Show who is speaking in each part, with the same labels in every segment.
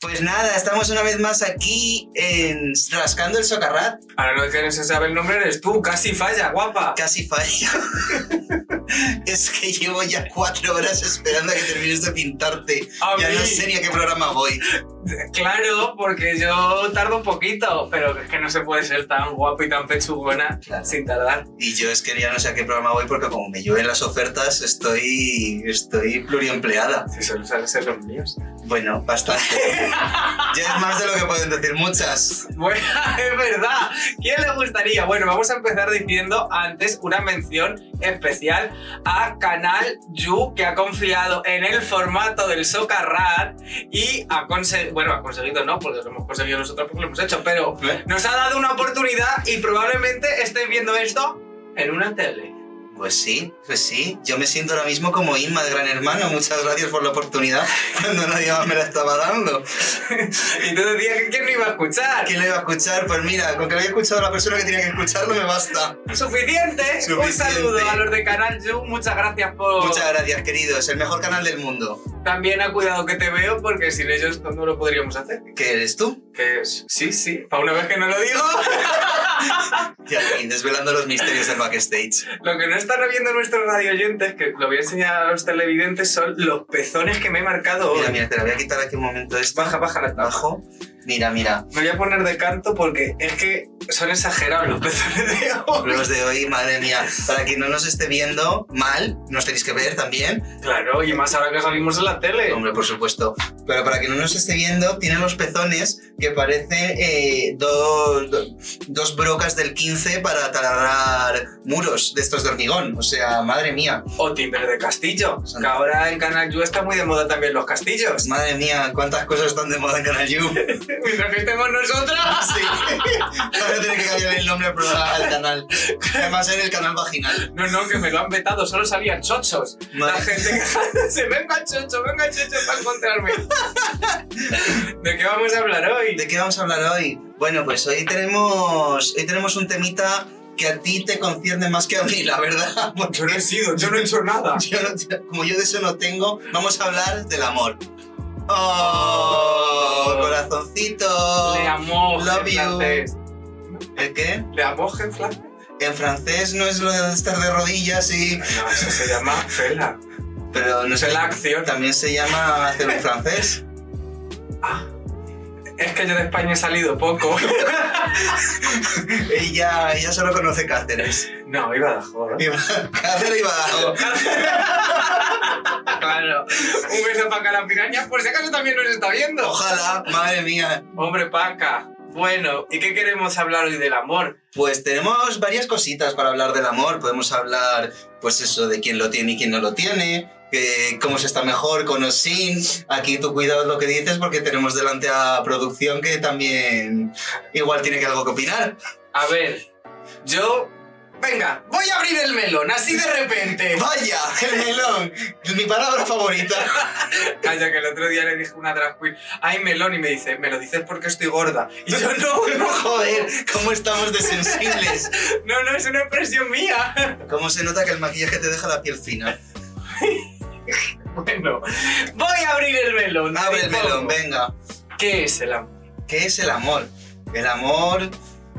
Speaker 1: Pues nada, estamos una vez más aquí en Rascando el Socarrat.
Speaker 2: Ahora lo que no se sabe el nombre eres tú, casi falla, guapa.
Speaker 1: Casi fallo. es que llevo ya cuatro horas esperando a que termines de pintarte.
Speaker 2: A
Speaker 1: ya
Speaker 2: mí.
Speaker 1: no sé ni a qué programa voy.
Speaker 2: Claro, porque yo tardo un poquito, pero es que no se puede ser tan guapo y tan pechugona
Speaker 1: Claro.
Speaker 2: sin tardar.
Speaker 1: Y yo es que ya no sé a qué programa voy porque como me llueven las ofertas, estoy, estoy pluriempleada.
Speaker 2: Si solo salen ser los míos.
Speaker 1: Bueno, bastante. ya es más de lo que pueden decir muchas.
Speaker 2: Bueno, es verdad. ¿Quién le gustaría? Bueno, vamos a empezar diciendo antes una mención especial a Canal Yu, que ha confiado en el formato del Socarrat y ha conseguido, bueno, ha conseguido no, porque lo hemos conseguido nosotros porque lo hemos hecho, pero
Speaker 1: ¿Eh?
Speaker 2: nos ha dado una oportunidad y probablemente estés viendo esto en una tele.
Speaker 1: Pues sí, pues sí. Yo me siento ahora mismo como Inma de Gran Hermano. Muchas gracias por la oportunidad cuando nadie más me la estaba dando.
Speaker 2: Y tú decías que quién no iba a escuchar.
Speaker 1: ¿Quién lo iba a escuchar? Pues mira, con que lo haya escuchado la persona que tenía que escucharlo me basta.
Speaker 2: Suficiente. Un
Speaker 1: Suficiente.
Speaker 2: saludo a los de Canal Yu, muchas gracias por...
Speaker 1: Muchas gracias, queridos. El mejor canal del mundo.
Speaker 2: También ha cuidado que te veo porque sin ellos no- no lo podríamos hacer.
Speaker 1: ¿Qué eres tú?
Speaker 2: Que es- sí, sí, para una vez que no lo digo,
Speaker 1: Y aquí, desvelando los misterios del backstage.
Speaker 2: lo que no están viendo nuestros radio oyentes, que lo voy a enseñar a los televidentes, son los pezones que me he marcado hoy.
Speaker 1: Mira, mira, te la voy a quitar aquí un momento esto.
Speaker 2: Baja, baja la tapa.
Speaker 1: Abajo. Mira, mira.
Speaker 2: Me voy a poner de canto porque es que son exagerados los pezones de hoy.
Speaker 1: Los de hoy, madre mía. Para quien no nos esté viendo mal, nos tenéis que ver también.
Speaker 2: Claro, y más ahora que salimos en la tele.
Speaker 1: Hombre, por supuesto. Pero para quien no nos esté viendo, tienen los pezones que parecen eh, dos, do- dos brocas del 15 para taladrar muros de estos de hormigón. O sea, madre mía.
Speaker 2: O timbre de castillo.
Speaker 1: Son-
Speaker 2: Que ahora en Canal You está muy de moda también los castillos.
Speaker 1: Pues Madre mía, cuántas cosas están de moda en Canal You.
Speaker 2: Mientras que estemos nosotras.
Speaker 1: Sí. Ahora tiene que cambiar el nombre al programa- al canal. Además, en el canal vaginal.
Speaker 2: No, no, que me lo han vetado, solo salían chochos. La
Speaker 1: Madre-
Speaker 2: gente se venga chocho, venga chocho para encontrarme. ¿De qué vamos a hablar hoy?
Speaker 1: ¿De qué vamos a hablar hoy? Bueno, pues hoy tenemos, hoy tenemos un temita que a ti te concierne más que a mí, la verdad. Porque
Speaker 2: Yo no he sido, yo no he hecho nada.
Speaker 1: yo no te- como yo de eso no tengo, vamos a hablar del amor. ¡Oh! Corazoncito.
Speaker 2: Le amo
Speaker 1: Love
Speaker 2: en
Speaker 1: you.
Speaker 2: francés.
Speaker 1: ¿El qué?
Speaker 2: Le amo en francés.
Speaker 1: En francés no es lo de estar de rodillas y...
Speaker 2: No, eso se llama fela.
Speaker 1: Pero no sé,
Speaker 2: Fela acción.
Speaker 1: también se llama hacer un francés.
Speaker 2: Ah, es que yo de España he salido poco.
Speaker 1: Ella, ella solo conoce Cáceres.
Speaker 2: No, iba a Badajoz. ¿no?
Speaker 1: Y va- Cáceres y Badajoz.
Speaker 2: Claro. Un beso para Cala Piraña, por si acaso también nos está viendo.
Speaker 1: Ojalá, madre mía.
Speaker 2: Hombre, Paca. Bueno, ¿y qué queremos hablar hoy del amor?
Speaker 1: Pues tenemos varias cositas para hablar del amor. Podemos hablar, pues eso, de quién lo tiene y quién no lo tiene. eh, cómo se está mejor con o sin. Aquí tú cuidado lo que dices porque tenemos delante a producción que también igual tiene que algo que opinar.
Speaker 2: A ver, yo. Venga, voy a abrir el melón, así de repente.
Speaker 1: ¡Vaya! ¡El melón! Mi palabra favorita.
Speaker 2: Calla, que el otro día le dije a una drag queen, ay, melón, y me dice, me lo dices porque estoy gorda. Y yo, no, no,
Speaker 1: Joder, cómo estamos de sensibles.
Speaker 2: no, no, es una expresión mía.
Speaker 1: Cómo se nota que el maquillaje te deja la piel fina.
Speaker 2: Bueno, voy a abrir el melón.
Speaker 1: Abre el
Speaker 2: Digo,
Speaker 1: melón, venga.
Speaker 2: ¿Qué es el amor?
Speaker 1: ¿Qué es el amor? El amor.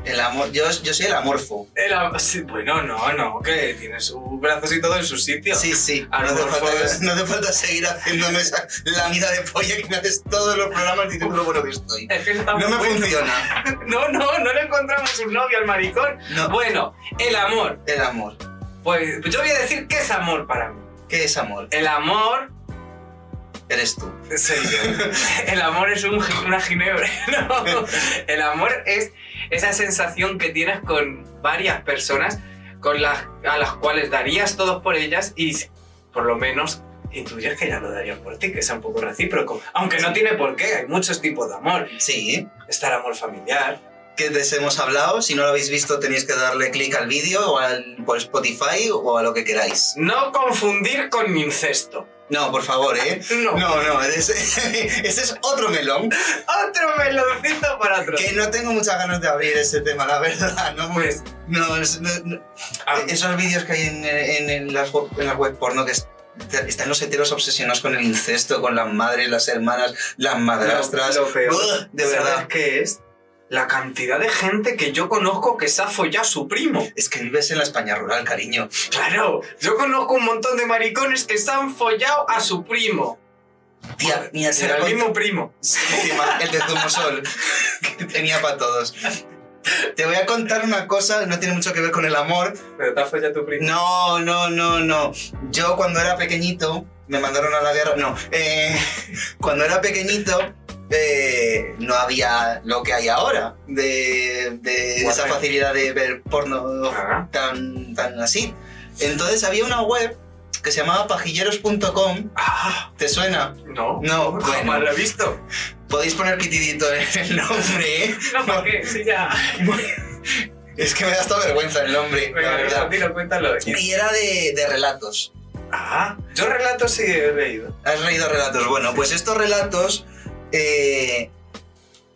Speaker 1: El amor. Yo, yo soy el amorfo.
Speaker 2: El amor, Eh, sí, bueno, no, no, que tiene sus brazos y todo en su sitio.
Speaker 1: Sí, sí. No te,
Speaker 2: Amorfo
Speaker 1: falta,
Speaker 2: es-
Speaker 1: no te falta seguir haciéndome esa lámina de polla que me haces todos los programas diciendo lo bueno que estoy.
Speaker 2: Es que está
Speaker 1: No me
Speaker 2: muy-
Speaker 1: funciona.
Speaker 2: no, no, no le encontramos un novio al maricón.
Speaker 1: No.
Speaker 2: Bueno, el amor.
Speaker 1: El amor.
Speaker 2: Pues yo voy a decir qué es amor para mí.
Speaker 1: ¿Qué es amor?
Speaker 2: El amor
Speaker 1: Eres tú.
Speaker 2: Soy yo. El amor es un gi- una ginebra. No. El amor es esa sensación que tienes con varias personas con las, a las cuales darías todo por ellas y por lo menos intuyes que ya lo darían por ti, que sea un poco recíproco. Aunque no tiene por qué, hay muchos tipos de amor.
Speaker 1: Sí.
Speaker 2: Está el amor familiar.
Speaker 1: Que les hemos hablado. Si no lo habéis visto, tenéis que darle clic al vídeo o al por Spotify o a lo que queráis.
Speaker 2: No confundir con incesto.
Speaker 1: No, por favor, ¿eh?
Speaker 2: No.
Speaker 1: No, no, ese, ese es otro melón.
Speaker 2: Otro meloncito para otro.
Speaker 1: Que no tengo muchas ganas de abrir ese tema, la verdad. No,
Speaker 2: Pues,
Speaker 1: no, es- no- no-
Speaker 2: a- Ah.
Speaker 1: E-, Esos vídeos que hay en, en- en las, web- en las web porno que es Están los heteros obsesionados con el incesto, con las madres, las hermanas, las madrastras.
Speaker 2: Lo- lo peor.
Speaker 1: Buah, de
Speaker 2: ¿Sabes
Speaker 1: verdad.
Speaker 2: qué es? La cantidad de gente que yo conozco que se ha follado a su primo.
Speaker 1: Es que vives en la España rural, cariño.
Speaker 2: Claro, yo conozco un montón de maricones que se han follado a su primo.
Speaker 1: Tía, mira, se
Speaker 2: Será el mismo primo.
Speaker 1: Encima, el de Zumo Sol, que tenía para todos. Te voy a contar una cosa, no tiene mucho que ver con el amor.
Speaker 2: Pero te has follado a tu primo.
Speaker 1: No, no, no, no. Yo cuando era pequeñito, me mandaron a la guerra. No, eh, cuando era pequeñito, eh, no había lo que hay ahora de, de esa
Speaker 2: Guapa.
Speaker 1: facilidad de ver porno
Speaker 2: Ah,
Speaker 1: tan, tan así. Entonces había una web que se llamaba pajilleros.com.
Speaker 2: ah,
Speaker 1: ¿Te suena?
Speaker 2: no,
Speaker 1: No,
Speaker 2: jamás
Speaker 1: bueno.
Speaker 2: lo he visto.
Speaker 1: Podéis poner quitidito en el nombre, ¿eh?
Speaker 2: No, ¿para qué? Sí, ya.
Speaker 1: Es que me da hasta vergüenza el nombre, la
Speaker 2: Venga,
Speaker 1: verdad.
Speaker 2: dilo, cuéntalo.
Speaker 1: Y era de, de relatos.
Speaker 2: Ah, yo relatos sí he leído.
Speaker 1: Has leído relatos. Bueno, pues estos relatos eh,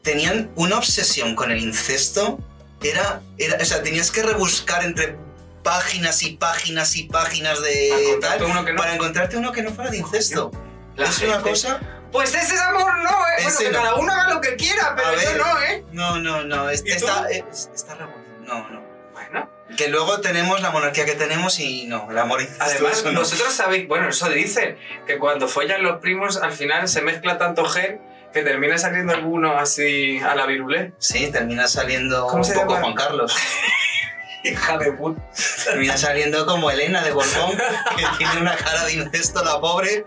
Speaker 1: tenían una obsesión con el incesto. Era, era, o sea, tenías que rebuscar entre páginas y páginas y páginas de
Speaker 2: Para
Speaker 1: tal
Speaker 2: uno que no.
Speaker 1: para encontrarte uno que no fuera de incesto.
Speaker 2: La
Speaker 1: es una
Speaker 2: gente-
Speaker 1: cosa.
Speaker 2: Pues ese es amor, no, eh. Bueno,
Speaker 1: Ese
Speaker 2: que
Speaker 1: no.
Speaker 2: cada uno haga lo que quiera,
Speaker 1: A
Speaker 2: pero yo
Speaker 1: ver.
Speaker 2: no, eh.
Speaker 1: No, no, no. es-
Speaker 2: ¿Y tú?
Speaker 1: está, es- está revolucionado. No, no.
Speaker 2: Bueno.
Speaker 1: Que luego tenemos la monarquía que tenemos y no, el amor incestuoso
Speaker 2: Además,
Speaker 1: no.
Speaker 2: vosotros sabéis, bueno, eso dicen, que cuando follan los primos al final se mezcla tanto gel que termina saliendo alguno así a la virulé.
Speaker 1: Sí, termina saliendo
Speaker 2: ¿Cómo
Speaker 1: un
Speaker 2: se
Speaker 1: poco
Speaker 2: llama?
Speaker 1: Juan Carlos.
Speaker 2: Hija de puta.
Speaker 1: Termina saliendo como Elena de Borbón, que tiene una cara de incesto la pobre.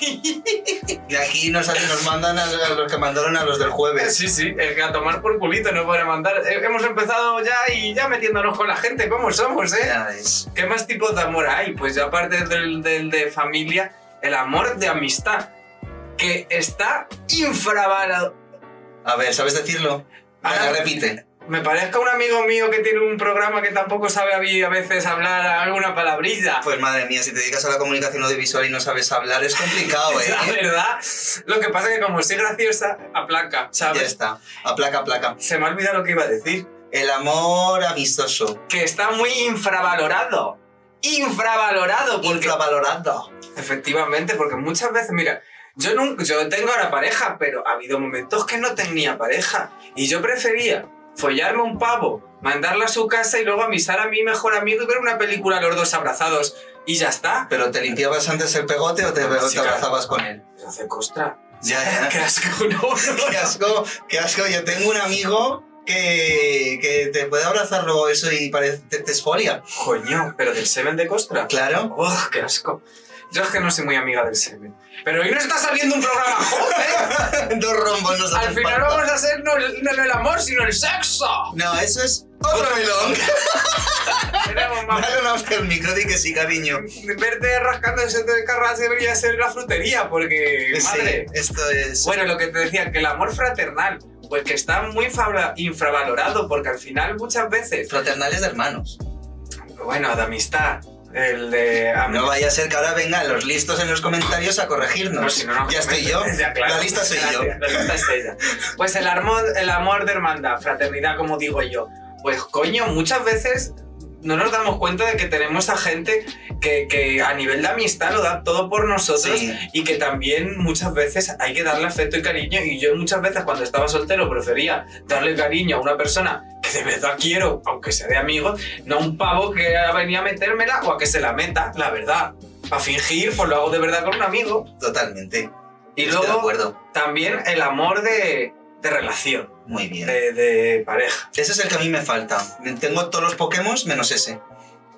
Speaker 1: Y aquí nos, nos mandan a los que mandaron a los del jueves.
Speaker 2: Sí, sí, el que a tomar por culito no para mandar. Eh, Hemos empezado ya y ya metiéndonos con la gente, ¿cómo somos, eh?
Speaker 1: Ya ves.
Speaker 2: ¿Qué más tipos de amor hay? Pues ya aparte del, del de familia, el amor de amistad, que está infravalorado.
Speaker 1: A ver, ¿sabes decirlo? Venga,
Speaker 2: Ahora-
Speaker 1: repite.
Speaker 2: Me parezca un amigo mío que tiene un programa que tampoco sabe a mí a veces hablar alguna palabrilla.
Speaker 1: Pues madre mía, si te dedicas a la comunicación audiovisual y no sabes hablar, es complicado,
Speaker 2: La
Speaker 1: ¿eh?
Speaker 2: verdad, lo que pasa es que como soy graciosa, aplaca,
Speaker 1: Ya
Speaker 2: ¿sabes?
Speaker 1: está. Aplaca, aplaca.
Speaker 2: Se me ha olvidado lo que iba a decir.
Speaker 1: El amor amistoso.
Speaker 2: Que está muy infravalorado. Infravalorado, porque...
Speaker 1: Infravalorado.
Speaker 2: Efectivamente, porque muchas veces, mira, yo, nunca, yo tengo ahora pareja, pero ha habido momentos que no tenía pareja. Y yo prefería follarme un pavo, mandarla a su casa y luego avisar a mi mejor amigo y ver una película los dos abrazados. Y ya está.
Speaker 1: ¿Pero te limpiabas antes el pegote o te, o
Speaker 2: Sí,
Speaker 1: te
Speaker 2: claro.
Speaker 1: abrazabas con él?
Speaker 2: Se hace costra.
Speaker 1: Ya, ya.
Speaker 2: Qué asco, no, no,
Speaker 1: Qué asco, qué asco. Yo tengo un amigo que, que te puede abrazar luego eso y parece, te, te esfolia.
Speaker 2: Coño, pero del semen de costra.
Speaker 1: Claro.
Speaker 2: ¡Oh, qué asco! Yo es que no soy muy amiga del semen. Pero hoy no está saliendo un programa joven.
Speaker 1: Dos rombos nos
Speaker 2: Al
Speaker 1: hacen
Speaker 2: final
Speaker 1: falta.
Speaker 2: vamos a hacer no, el- no el amor, sino el sexo.
Speaker 1: No, eso es otro melón.
Speaker 2: Tenemos más.
Speaker 1: Dale una hostia al micro di que sí, cariño.
Speaker 2: Verte rascando ese de carras debería ser la frutería, porque.
Speaker 1: Sí,
Speaker 2: Madre.
Speaker 1: esto es.
Speaker 2: Bueno, lo que te decía, que el amor fraternal, pues que está muy infra- infravalorado, porque al final muchas veces.
Speaker 1: Fraternales de hermanos.
Speaker 2: Bueno, de amistad. El de. am-
Speaker 1: No vaya a ser que ahora vengan los listos en los comentarios a corregirnos.
Speaker 2: No, Pues si no, no,
Speaker 1: ya estoy yo.
Speaker 2: Ya, claro.
Speaker 1: La lista soy yo.
Speaker 2: La lista es ella. Pues el amor, el amor de hermandad, fraternidad, como digo yo. Pues coño, muchas veces no nos damos cuenta de que tenemos a gente que, que a nivel de amistad lo da todo por nosotros.
Speaker 1: Sí.
Speaker 2: Y que también muchas veces hay que darle afecto y cariño. Y yo muchas veces cuando estaba soltero prefería darle cariño a una persona que de verdad quiero, aunque sea de amigos, no a un pavo que venía a metérmela o a que se la meta, la verdad. A fingir, pues lo hago de verdad con un amigo.
Speaker 1: Totalmente.
Speaker 2: Y
Speaker 1: Estoy de
Speaker 2: luego
Speaker 1: acuerdo.
Speaker 2: también el amor de, de relación,
Speaker 1: Muy bien.
Speaker 2: de, de pareja.
Speaker 1: Ese es el que a mí me falta. Tengo todos los Pokémon menos ese.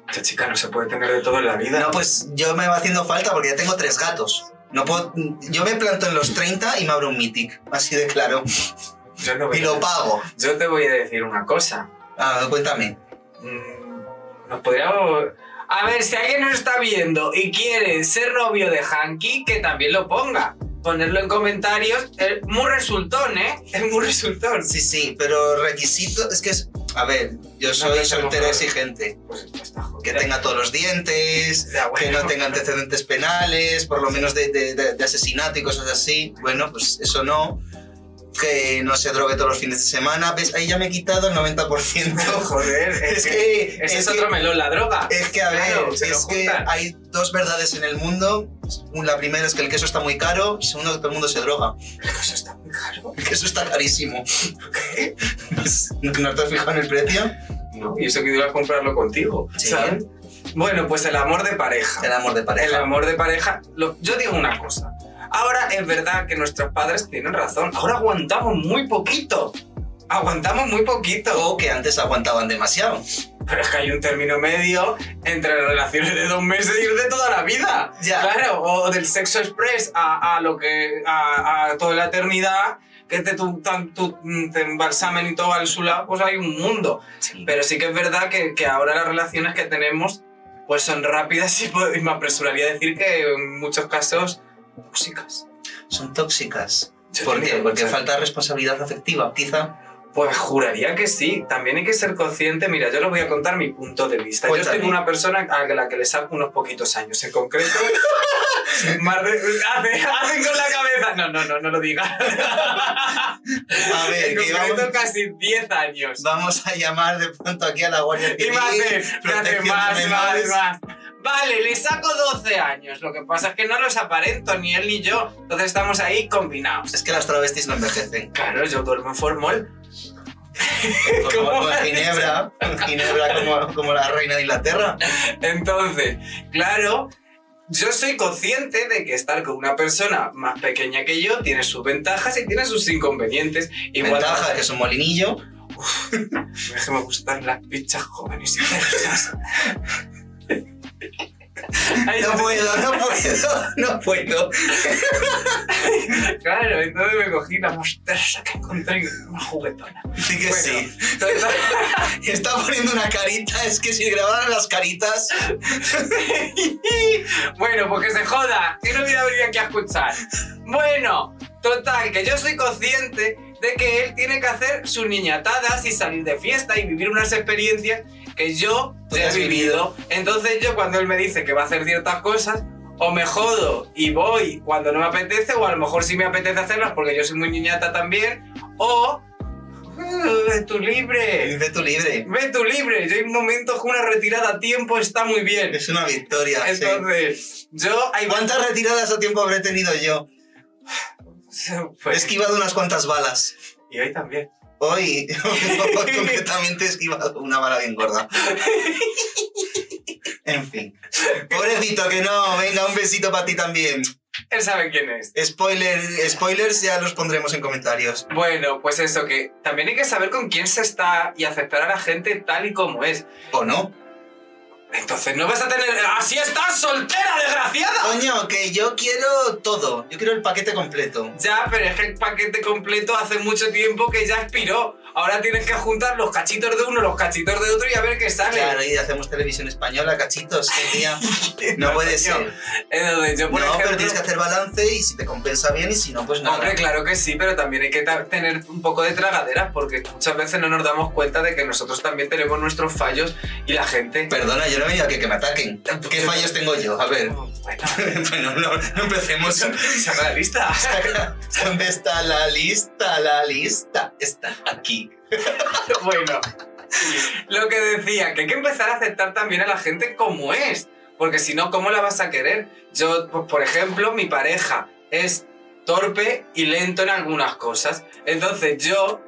Speaker 2: Esta chica no se puede tener de todo en la vida.
Speaker 1: No, pues yo me va haciendo falta porque ya tengo tres gatos. No puedo, yo me planto en los 30 y me abro un Mythic, así de claro.
Speaker 2: yo, no voy
Speaker 1: Y
Speaker 2: a-
Speaker 1: lo pago.
Speaker 2: yo te voy a decir una cosa.
Speaker 1: Ah, cuéntame.
Speaker 2: Mm, Nos podríamos... A ver, si alguien nos está viendo y quiere ser novio de Hanky, que también lo ponga. Ponerlo en comentarios. Es muy resultón, ¿eh? Es muy resultón.
Speaker 1: Sí, sí, pero requisito es que es... A ver, yo
Speaker 2: No,
Speaker 1: soy
Speaker 2: pero
Speaker 1: soltero
Speaker 2: como-
Speaker 1: exigente.
Speaker 2: Pues ya está
Speaker 1: Que
Speaker 2: jodida.
Speaker 1: tenga todos los dientes,
Speaker 2: Ya, bueno.
Speaker 1: que no tenga antecedentes penales, por lo menos de, de- de- de asesinato y cosas así. Bueno, pues eso no. que no se drogue todos los fines de semana. ¿Ves? Ahí ya me he quitado el 90%.
Speaker 2: Joder,
Speaker 1: es que.
Speaker 2: Ese es
Speaker 1: que- eh,
Speaker 2: otro melón, la droga.
Speaker 1: Es que, a ver,
Speaker 2: Claro, se lo
Speaker 1: es que
Speaker 2: juntan.
Speaker 1: hay dos verdades en el mundo. La primera es que el queso está muy caro. Y segundo, que todo el mundo se droga.
Speaker 2: Eso está muy caro.
Speaker 1: El queso está carísimo. ¿Qué? ¿No te has fijado en el precio?
Speaker 2: No, y eso que ibas a comprarlo contigo,
Speaker 1: Sí.
Speaker 2: ¿sabes? Bueno, pues el amor de pareja.
Speaker 1: El amor de
Speaker 2: El
Speaker 1: pareja.
Speaker 2: amor de pareja. lo- yo digo una cosa. Ahora es verdad que nuestros padres tienen razón. Ahora aguantamos muy poquito. Aguantamos muy poquito.
Speaker 1: O que antes aguantaban demasiado.
Speaker 2: Pero es que hay un término medio entre relaciones de dos meses y de toda la vida.
Speaker 1: Ya.
Speaker 2: Claro, o del sexo express a, a lo que. A, a toda la eternidad, que te, tu- tan- tu- mm, te embalsamen y todo al su lado, pues hay un mundo. Pero sí que es verdad que, que ahora las relaciones que tenemos pues son rápidas y, po- y me apresuraría a decir que en muchos casos tóxicas.
Speaker 1: Son tóxicas.
Speaker 2: Yo
Speaker 1: ¿Por
Speaker 2: he
Speaker 1: qué?
Speaker 2: tenido
Speaker 1: Porque
Speaker 2: muchas-
Speaker 1: falta responsabilidad afectiva, quizá.
Speaker 2: Pues juraría que sí. También hay que ser consciente. Mira, yo les voy a contar mi punto de vista. Yo
Speaker 1: Cuéntame.
Speaker 2: estoy con una persona a la que le saco unos poquitos años, en concreto. más de- hace- hacen con la cabeza. No, no, no, no lo digas.
Speaker 1: A ver,
Speaker 2: en
Speaker 1: que
Speaker 2: concreto,
Speaker 1: vamos,
Speaker 2: casi 10 años.
Speaker 1: vamos a llamar de pronto aquí a la Guardia
Speaker 2: Y
Speaker 1: Civil.
Speaker 2: me hace, me hace
Speaker 1: protección de
Speaker 2: más, más,
Speaker 1: menores.
Speaker 2: más. Vale, le saco 12 años. Lo que pasa es que no los aparento, ni él ni yo. Entonces estamos ahí combinados.
Speaker 1: Es que las travestis no envejecen.
Speaker 2: Claro, yo duermo en formol.
Speaker 1: Como,
Speaker 2: ¿Cómo
Speaker 1: como en
Speaker 2: has dicho?
Speaker 1: Ginebra, en Ginebra como, como la reina de Inglaterra.
Speaker 2: Entonces, claro, yo soy consciente de que estar con una persona más pequeña que yo tiene sus ventajas y tiene sus inconvenientes.
Speaker 1: Y
Speaker 2: Igual
Speaker 1: ventaja que es un molinillo.
Speaker 2: Es que me gustan las pichas jóvenes y frescas. Ay,
Speaker 1: No puedo, no puedo, no puedo.
Speaker 2: Claro, entonces me cogí la mostaza que encontré en una juguetona.
Speaker 1: Sí que
Speaker 2: Bueno,
Speaker 1: sí.
Speaker 2: Total,
Speaker 1: Está poniendo una carita, es que si grabaran las caritas.
Speaker 2: bueno, porque se joda, que no hubiera venido aquí a escuchar. Bueno, total, que yo soy consciente de que él tiene que hacer sus niñatadas y salir de fiesta y vivir unas experiencias que yo
Speaker 1: Tú
Speaker 2: ya
Speaker 1: has
Speaker 2: he vivido. Entonces yo cuando él me dice que va a hacer ciertas cosas, o me jodo y voy cuando no me apetece, o a lo mejor sí me apetece hacerlas porque yo soy muy niñata también, o... "Uh, tú libre!
Speaker 1: Ve tú libre.
Speaker 2: Ve tú libre, yo hay momentos que una retirada a tiempo está muy bien.
Speaker 1: Es una victoria. sí.
Speaker 2: Entonces, yo hay
Speaker 1: ¿Cuántas retiradas a tiempo habré tenido yo? He
Speaker 2: Pues-
Speaker 1: esquivado unas cuantas balas.
Speaker 2: Y hoy también.
Speaker 1: Hoy, hoy completamente he esquivado una bala bien gorda. En fin. Pobrecito que no, venga, un besito para ti también.
Speaker 2: Él sabe quién es.
Speaker 1: Spoiler, spoilers ya los pondremos en comentarios.
Speaker 2: Bueno, pues eso, que también hay que saber con quién se está y aceptar a la gente tal y como es.
Speaker 1: ¿O no?
Speaker 2: Entonces, no vas a tener. ¡Así estás, soltera, desgraciada!
Speaker 1: Coño, que yo quiero todo. Yo quiero el paquete completo.
Speaker 2: Ya, pero es que el paquete completo hace mucho tiempo que ya expiró. Ahora tienes que juntar los cachitos de uno, los cachitos de otro y a ver qué sale.
Speaker 1: Claro, y hacemos televisión española, cachitos, qué día. No puede
Speaker 2: coño.
Speaker 1: ser.
Speaker 2: Entonces, yo,
Speaker 1: No,
Speaker 2: por ejemplo.
Speaker 1: pero tienes que hacer balance y si te compensa bien y si no, pues nada.
Speaker 2: Hombre, claro que sí, pero también hay que ta- tener un poco de tragaderas porque muchas veces no nos damos cuenta de que nosotros también tenemos nuestros fallos y la gente...
Speaker 1: Perdona, yo no he venido aquí a que me ataquen. ¿Qué fallos tengo yo? A ver.
Speaker 2: Bueno,
Speaker 1: bueno, no, no empecemos.
Speaker 2: saca la lista.
Speaker 1: ¿Dónde está la lista? La lista está aquí.
Speaker 2: bueno, lo que decía, que hay que empezar a aceptar también a la gente como es, porque si no, ¿cómo la vas a querer? Yo, pues, por ejemplo, mi pareja es torpe y lento en algunas cosas, entonces yo,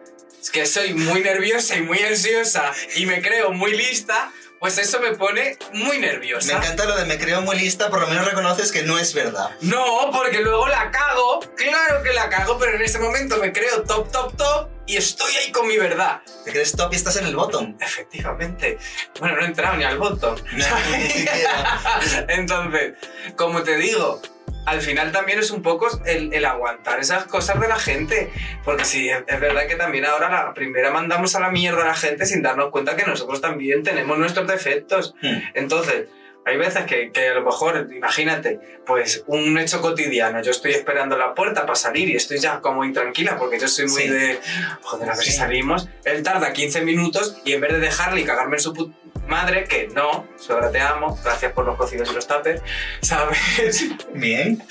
Speaker 2: que soy muy nerviosa y muy ansiosa y me creo muy lista, pues eso me pone muy
Speaker 1: Me
Speaker 2: nerviosa.
Speaker 1: encanta lo de me creo muy lista, por lo menos reconoces que no es verdad.
Speaker 2: No, porque luego la cago, claro que la cago, pero en ese momento me creo top, top, top y estoy ahí con mi verdad.
Speaker 1: Te crees top y estás en el bottom.
Speaker 2: Efectivamente. Bueno, no he entrado ni al botón.
Speaker 1: No, ni siquiera.
Speaker 2: Entonces, como te digo, al final también es un poco el, el aguantar esas cosas de la gente. Porque sí, es, es verdad que también ahora la primera mandamos a la mierda a la gente sin darnos cuenta que nosotros también tenemos nuestros defectos.
Speaker 1: Hmm.
Speaker 2: Entonces, hay veces que, que a lo mejor, imagínate, pues un hecho cotidiano, yo estoy esperando la puerta para salir y estoy ya como intranquila porque yo soy muy
Speaker 1: Sí.
Speaker 2: de, joder, a ver si
Speaker 1: Sí.
Speaker 2: salimos, él tarda 15 minutos y en vez de dejarle y cagarme en su puta madre, que no, suegra te amo, gracias por los cocidos y los tapes, ¿sabes?
Speaker 1: Bien.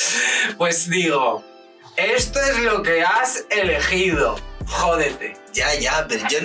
Speaker 2: Pues digo, Esto es lo que has elegido. Jódete.
Speaker 1: Ya, ya, pero yo,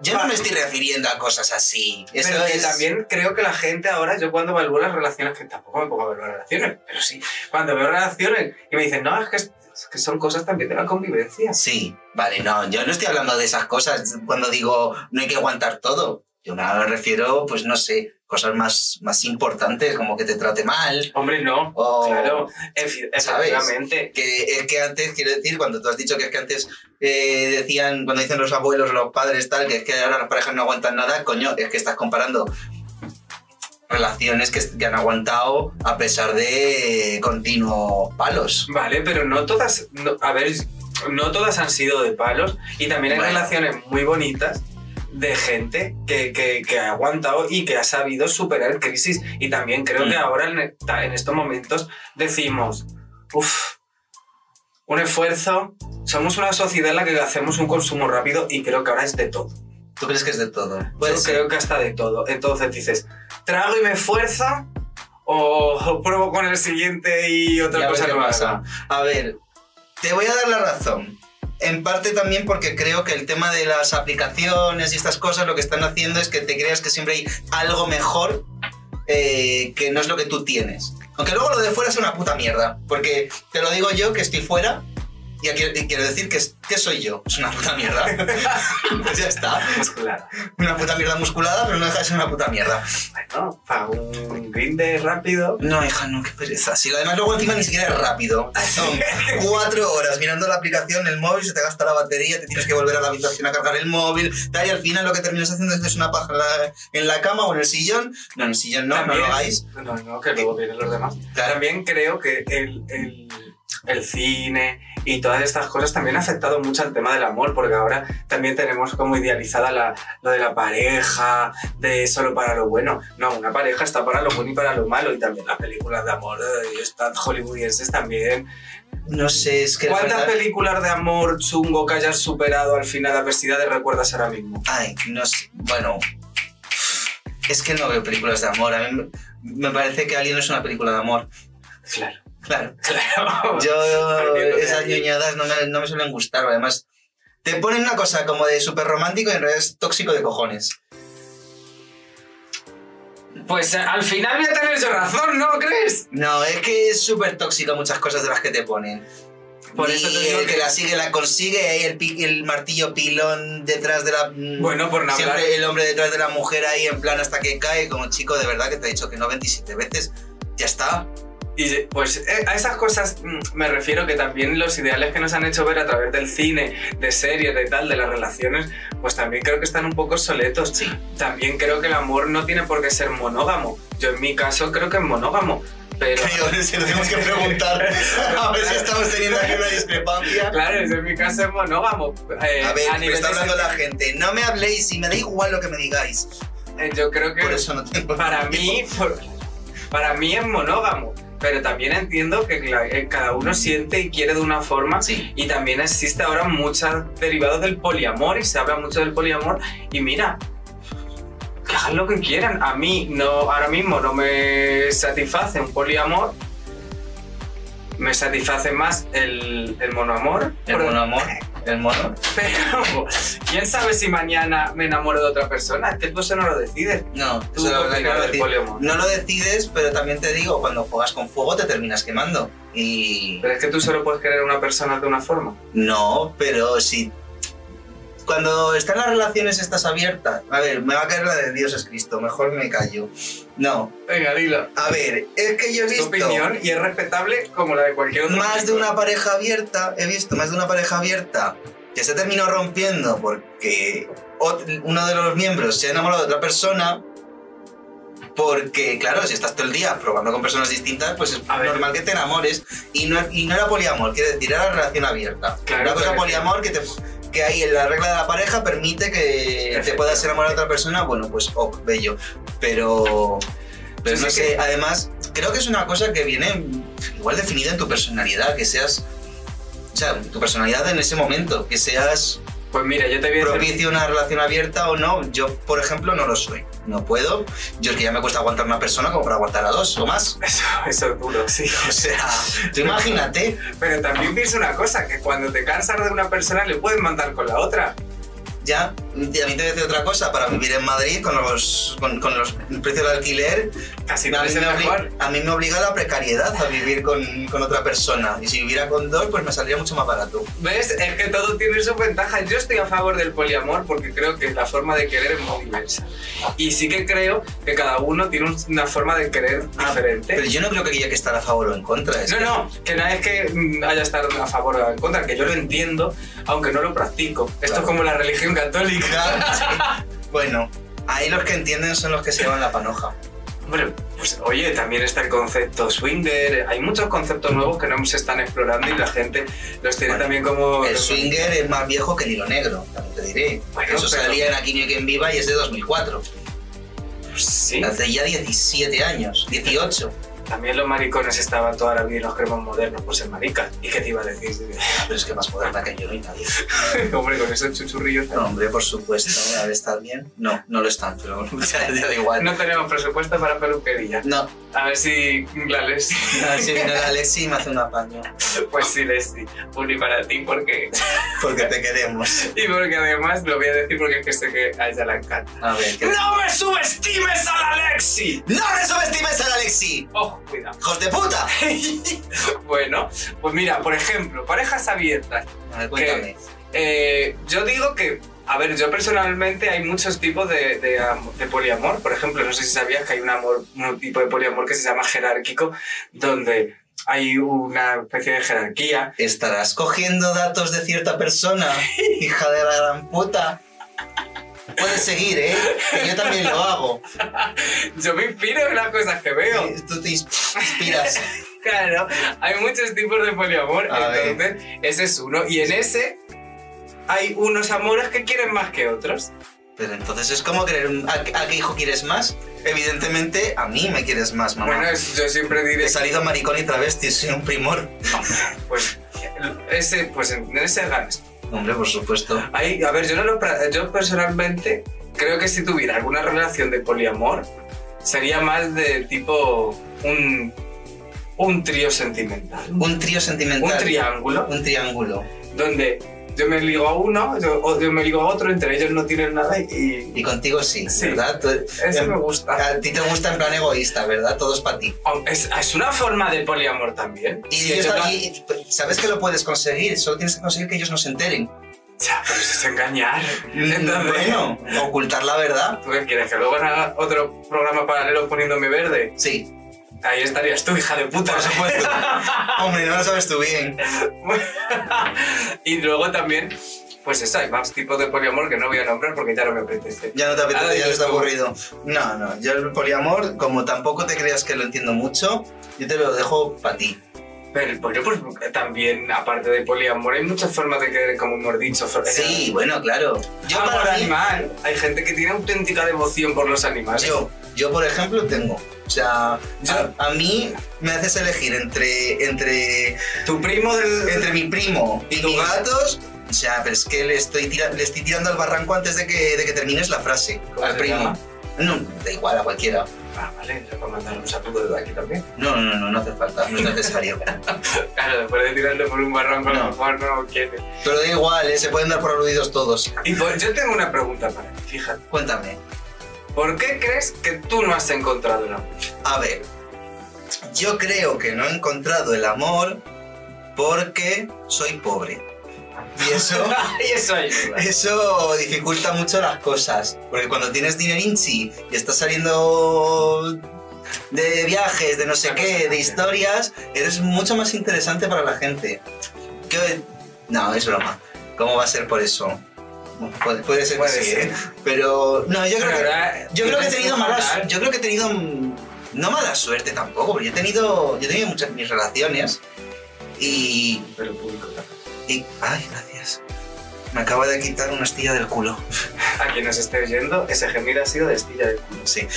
Speaker 1: yo no me estoy refiriendo a cosas así. Eso
Speaker 2: pero que
Speaker 1: es-
Speaker 2: también creo que la gente ahora, yo cuando evalúo las relaciones, que tampoco me pongo a evaluar relaciones, pero sí, cuando veo relaciones y me dicen, no, es que, es que son cosas también de la convivencia.
Speaker 1: Sí, vale, no, yo no estoy hablando de esas cosas cuando digo no hay que aguantar todo. Yo me refiero, pues no sé, cosas más, más importantes, como que te trate mal.
Speaker 2: Hombre, no.
Speaker 1: O
Speaker 2: Claro, efi-
Speaker 1: ¿sabes?
Speaker 2: efectivamente.
Speaker 1: que es que antes, quiero decir, cuando tú has dicho que es que antes eh, decían, cuando dicen los abuelos, los padres, tal, que es que ahora las parejas no aguantan nada, coño, es que estás comparando relaciones que, que han aguantado a pesar de eh, continuos palos.
Speaker 2: Vale, pero no todas, no- a ver, no todas han sido de palos y también hay
Speaker 1: Bueno.
Speaker 2: relaciones muy bonitas de gente que, que- que ha aguantado y que ha sabido superar crisis. Y también creo
Speaker 1: Mm.
Speaker 2: que ahora en, esta- en estos momentos decimos, uff, un esfuerzo, somos una sociedad en la que hacemos un consumo rápido y creo que ahora es de todo.
Speaker 1: ¿Tú crees que es de todo?
Speaker 2: Yo
Speaker 1: ser.
Speaker 2: creo que hasta de todo. Entonces dices, trago y me esfuerzo o pruebo con el siguiente y otra
Speaker 1: Ya ves
Speaker 2: cosa
Speaker 1: qué
Speaker 2: no
Speaker 1: pasa. A ver, te voy a dar la razón. En parte también porque creo que el tema de las aplicaciones y estas cosas lo que están haciendo es que te creas que siempre hay algo mejor eh, que no es lo que tú tienes. Aunque luego lo de fuera es una puta mierda. Porque te lo digo yo que estoy fuera y, aquí- y quiero decir que, es- que soy yo. Es una puta mierda. pues ya está.
Speaker 2: Pues claro.
Speaker 1: Una puta mierda musculada, pero no deja de ser una puta mierda.
Speaker 2: Bueno, para un grinder rápido.
Speaker 1: No, hija, no, qué pereza. Si además luego encima ni siquiera es rápido. Son cuatro horas mirando la aplicación, el móvil, se te gasta la batería, te tienes que volver a la habitación a cargar el móvil, tal, y al final lo que terminas haciendo es una paja en la, en la cama o en el sillón. No, en el sillón no, no lo hagáis.
Speaker 2: No, no, que luego vienen los demás.
Speaker 1: Claro.
Speaker 2: También creo que el, el- el cine y todas estas cosas también ha afectado mucho al tema del amor, porque ahora también tenemos como idealizada la, lo de la pareja, de solo para lo bueno. No, una pareja está para lo bueno y para lo malo, y también las películas de amor de estas hollywoodienses también.
Speaker 1: No sé, es que la
Speaker 2: ¿Cuántas
Speaker 1: verdad-
Speaker 2: películas de amor chungo que hayas superado al final adversidades recuerdas ahora mismo?
Speaker 1: Ay, no sé. Bueno. Es que no veo películas de amor. A mí me me parece que Alien es una película de amor.
Speaker 2: Claro,
Speaker 1: Claro.
Speaker 2: claro.
Speaker 1: Yo
Speaker 2: Partiendo de
Speaker 1: esas
Speaker 2: ahí.
Speaker 1: ñoñadas no me, no me suelen gustar, además. Te ponen una cosa como de súper romántico y en realidad es tóxico de cojones.
Speaker 2: Pues eh, al final voy a tener yo razón, ¿no crees?
Speaker 1: No, es que es súper tóxico muchas cosas de las que te ponen.
Speaker 2: Por
Speaker 1: y
Speaker 2: eso te digo
Speaker 1: el que,
Speaker 2: que-
Speaker 1: la sigue la consigue, y ahí el, pi- el martillo pilón detrás de la... mm,
Speaker 2: Bueno, por no
Speaker 1: Siempre
Speaker 2: hablar.
Speaker 1: el hombre detrás de la mujer ahí en plan hasta que cae, como chico de verdad que te he dicho que no 27 veces. Ya está.
Speaker 2: Y, pues eh, a esas cosas mm, me refiero que también los ideales que nos han hecho ver a través del cine, de series, de tal, de las relaciones, pues también creo que están un poco soletos.
Speaker 1: Sí.
Speaker 2: También creo que el amor no tiene por qué ser monógamo. Yo en mi caso creo que es monógamo, pero...
Speaker 1: Tío, se lo tenemos que preguntar. A ver si estamos teniendo aquí una discrepancia.
Speaker 2: Claro, yo en mi caso es monógamo. eh,
Speaker 1: A ver, me
Speaker 2: nivel
Speaker 1: está
Speaker 2: de
Speaker 1: hablando la gente. No me habléis y me da igual lo que me digáis.
Speaker 2: sen- eh, Yo creo que...
Speaker 1: Por eso no tengo.
Speaker 2: para mí, por- para mí es monógamo, pero también entiendo que cla- eh, cada uno siente y quiere de una forma.
Speaker 1: Sí.
Speaker 2: Y también existe ahora muchas derivados del poliamor y se habla mucho del poliamor. Y mira, que hagan lo que quieran. A mí no, ahora mismo no me satisface un poliamor. Me satisface más el, el monoamor.
Speaker 1: El
Speaker 2: pero-
Speaker 1: mono amor. El mono.
Speaker 2: Pero quién sabe si mañana me enamoro de otra persona. Es que tú eso no lo decides.
Speaker 1: No,
Speaker 2: Tú
Speaker 1: eso la verdad que
Speaker 2: opinas
Speaker 1: no lo
Speaker 2: del
Speaker 1: decides.
Speaker 2: poliamor.
Speaker 1: No lo decides, pero también te digo, cuando juegas con fuego te terminas quemando. Y.
Speaker 2: Pero es que tú solo puedes querer a una persona de una forma.
Speaker 1: No, pero si. Cuando están las relaciones estas abiertas. A ver, me va a caer la de Dios es Cristo, mejor me callo. No,
Speaker 2: Venga, dilo.
Speaker 1: a ver, es que yo he
Speaker 2: Es tu
Speaker 1: visto.
Speaker 2: opinión y es respetable como la de cualquier otro.
Speaker 1: más de una pareja abierta, he visto más de una pareja abierta que se terminó rompiendo porque ot- uno de los miembros se ha enamorado de otra persona. Porque, claro, si estás todo el día probando con personas distintas, pues es
Speaker 2: A ver.
Speaker 1: normal que te enamores. Y no, y no era poliamor, quiere decir, era relación abierta.
Speaker 2: Claro,
Speaker 1: Una cosa
Speaker 2: claro.
Speaker 1: poliamor que, te, que ahí en la regla de la pareja permite que te
Speaker 2: Perfecto.
Speaker 1: puedas enamorar de otra persona, bueno, pues, oh, bello. Pero. Pero
Speaker 2: Sí,
Speaker 1: no
Speaker 2: sí
Speaker 1: sé,
Speaker 2: que-
Speaker 1: además, creo que es una cosa que viene igual definida en tu personalidad, que seas. O sea, tu personalidad en ese momento, que seas
Speaker 2: Pues mira, yo te voy a decir.
Speaker 1: propicio a una relación abierta o no. Yo, por ejemplo, no lo soy. no puedo. Yo es que ya me cuesta aguantar una persona como para aguantar a dos o más.
Speaker 2: Eso, eso es duro, sí.
Speaker 1: O sea, tú imagínate.
Speaker 2: Pero también pienso una cosa, que cuando te cansas de una persona le puedes mandar con la otra.
Speaker 1: Ya, y a mí te voy a decir otra cosa, para vivir en Madrid con los, con, con los precios del alquiler,
Speaker 2: Así
Speaker 1: a
Speaker 2: no
Speaker 1: mí,
Speaker 2: es
Speaker 1: me
Speaker 2: el
Speaker 1: obliga,
Speaker 2: mejor.
Speaker 1: a mí me obliga la precariedad a vivir con, con otra persona. Y si viviera con dos, pues me saldría mucho más barato.
Speaker 2: ¿Ves? Es que todo tiene sus ventajas. Yo estoy a favor del poliamor porque creo que la forma de querer es muy diversa. Y sí que creo que cada uno tiene un- una forma de querer
Speaker 1: Ah,
Speaker 2: diferente.
Speaker 1: Pero yo no creo que haya que estar a favor o en contra. es
Speaker 2: No,
Speaker 1: que-
Speaker 2: no, que nada es que mm, haya estar a favor o en contra, que yo lo entiendo, aunque no lo practico. Esto
Speaker 1: Claro.
Speaker 2: es como la religión católica.
Speaker 1: Ya, sí. Bueno, ahí los que entienden son los que se llevan la panoja.
Speaker 2: Hombre, pues oye, también está el concepto swinger, hay muchos conceptos nuevos que no se están explorando y la gente los tiene
Speaker 1: Bueno,
Speaker 2: también como...
Speaker 1: El swinger es más viejo que el hilo negro, también te diré.
Speaker 2: Bueno,
Speaker 1: Eso
Speaker 2: pero-
Speaker 1: salía en Aquí no hay quien viva y es de 2004.
Speaker 2: Sí,
Speaker 1: Hace ya 17 años, 18.
Speaker 2: también los maricones estaban toda la vida y los cremos modernos por ser maricas. ¿Y qué te iba a decir?
Speaker 1: Pero es que más moderna que yo no hay nadie.
Speaker 2: Hombre, con esos chuchurrillos...
Speaker 1: No, hombre, por supuesto, a ver, ¿estás bien? No, no lo están, pero ya, ya da igual. No,
Speaker 2: No tenemos presupuesto para peluquería.
Speaker 1: no,
Speaker 2: A ver si la les...
Speaker 1: si viene la Alexi y me hace un apaño.
Speaker 2: Pues sí, Leslie, un y para ti porque...
Speaker 1: Porque te queremos.
Speaker 2: Y porque además lo voy a decir porque es que sé que a ella la encanta.
Speaker 1: A ver, ¿qué-
Speaker 2: ¡No me subestimes a la Lexi!
Speaker 1: ¡No le subestimes a la Alexi!
Speaker 2: ¡Oh, cuidado!
Speaker 1: ¡Hijos de puta!
Speaker 2: bueno, pues mira, por ejemplo, parejas abiertas.
Speaker 1: A ver, cuéntame.
Speaker 2: Eh, yo digo que, a ver, yo personalmente hay muchos tipos de, de am- de poliamor. Por ejemplo, no sé si sabías que hay un, amor, un tipo de poliamor que se llama jerárquico, donde hay una especie de jerarquía.
Speaker 1: Estarás cogiendo datos de cierta persona, hija de la gran puta. Puedes seguir, ¿eh? Que yo también lo hago.
Speaker 2: Yo me inspiro en las cosas que veo.
Speaker 1: Sí, Tú te inspiras.
Speaker 2: Claro, hay muchos tipos de poliamor,
Speaker 1: A ver.
Speaker 2: entonces ese es uno. Y en ese hay unos amores que quieren más que otros.
Speaker 1: Pero entonces es como querer... un- ¿A, a qué hijo quieres más? Evidentemente, a mí me quieres más, mamá.
Speaker 2: Bueno, es- yo siempre diré,
Speaker 1: He salido maricón y travesti, soy un primor.
Speaker 2: pues, ese, pues en en ese ganas.
Speaker 1: Hombre, por supuesto.
Speaker 2: Hay, a ver, yo, no lo, pra- yo personalmente creo que si tuviera alguna relación de poliamor, sería más de tipo un, un trío sentimental.
Speaker 1: Un trío sentimental.
Speaker 2: Un triángulo.
Speaker 1: Un triángulo.
Speaker 2: Donde yo me ligo a uno, yo, o yo me ligo a otro, entre ellos no tienen nada y... y
Speaker 1: Y contigo sí,
Speaker 2: Sí.
Speaker 1: ¿verdad? Tú-
Speaker 2: eso
Speaker 1: em,
Speaker 2: me gusta.
Speaker 1: a ti te gusta en plan egoísta, ¿verdad? Todo es para ti.
Speaker 2: Aunque Es, es una forma de poliamor también.
Speaker 1: Y,
Speaker 2: Sí,
Speaker 1: ellos
Speaker 2: yo
Speaker 1: también- y- pues, sabes que lo puedes conseguir, solo tienes que conseguir que ellos no se enteren.
Speaker 2: la- Ya, pero eso es engañar. Entonces,
Speaker 1: Bueno, ocultar la verdad.
Speaker 2: ¿Tú qué quieres? ¿Que luego haga otro programa paralelo poniéndome verde?
Speaker 1: Sí,
Speaker 2: Ahí estarías tú, hija de puta.
Speaker 1: por supuesto. Hombre, no lo sabes tú bien.
Speaker 2: y luego también, pues eso, hay más tipos de poliamor que no voy a nombrar porque ya no me apetece.
Speaker 1: Ya no te
Speaker 2: Ahora
Speaker 1: apetece, ya te
Speaker 2: dices
Speaker 1: está
Speaker 2: tú.
Speaker 1: aburrido. No, no, yo el poliamor, como tampoco te creas que lo entiendo mucho, yo te lo dejo para ti.
Speaker 2: Pero bueno, pues también, aparte de poliamor, hay muchas formas de querer, como hemos dicho. for-
Speaker 1: Sí, bueno, claro. Yo
Speaker 2: amor
Speaker 1: para mí,
Speaker 2: animal. Hay gente que tiene auténtica devoción por los animales.
Speaker 1: Yo, yo por ejemplo tengo. O sea,
Speaker 2: Yo-
Speaker 1: a, a mí me haces elegir entre, entre,
Speaker 2: Tu primo del...
Speaker 1: entre mi primo y
Speaker 2: Tu
Speaker 1: mis
Speaker 2: gato.
Speaker 1: gatos. O sea, pero es que le estoy, tira- le estoy tirando al barranco antes de que, de que termines la frase.
Speaker 2: ¿Cómo
Speaker 1: Al
Speaker 2: se
Speaker 1: primo.
Speaker 2: llama?
Speaker 1: No, da igual a cualquiera.
Speaker 2: Ah, vale, le voy a mandar un saludo desde aquí también.
Speaker 1: No, no, no, no hace falta, no es necesario.
Speaker 2: Claro, después de tirarle por un
Speaker 1: No.
Speaker 2: barranco, a lo mejor no quiere.
Speaker 1: pero da igual, ¿eh? se pueden dar por aludidos todos.
Speaker 2: Y pues, yo tengo una pregunta para ti, fíjate.
Speaker 1: Cuéntame.
Speaker 2: ¿Por qué crees que tú no has encontrado el amor?
Speaker 1: A ver, yo creo que no he encontrado el amor porque soy pobre. Y eso...
Speaker 2: y eso ayuda.
Speaker 1: Eso dificulta mucho las cosas, porque cuando tienes dinerinchi y estás saliendo de viajes, de no sé
Speaker 2: Una cosa
Speaker 1: qué, de
Speaker 2: cambia.
Speaker 1: historias, eres mucho más interesante para la gente. Que- No, es broma. ¿Cómo va a ser por eso? Puede, puede ser
Speaker 2: Puede
Speaker 1: que sí,
Speaker 2: ser.
Speaker 1: ¿eh? Pero no, yo creo
Speaker 2: Pero
Speaker 1: que,
Speaker 2: ahora,
Speaker 1: yo creo que he
Speaker 2: tienes
Speaker 1: tenido
Speaker 2: que
Speaker 1: malas,
Speaker 2: pagar.
Speaker 1: yo creo que he tenido mm, no mala suerte tampoco, porque yo he tenido yo he tenido muchas mis relaciones y
Speaker 2: Pero público también.
Speaker 1: y- ay, gracias. Me acabo de quitar una astilla del culo.
Speaker 2: A quien nos esté oyendo, ese gemido ha sido de estilla de culo.
Speaker 1: Sí.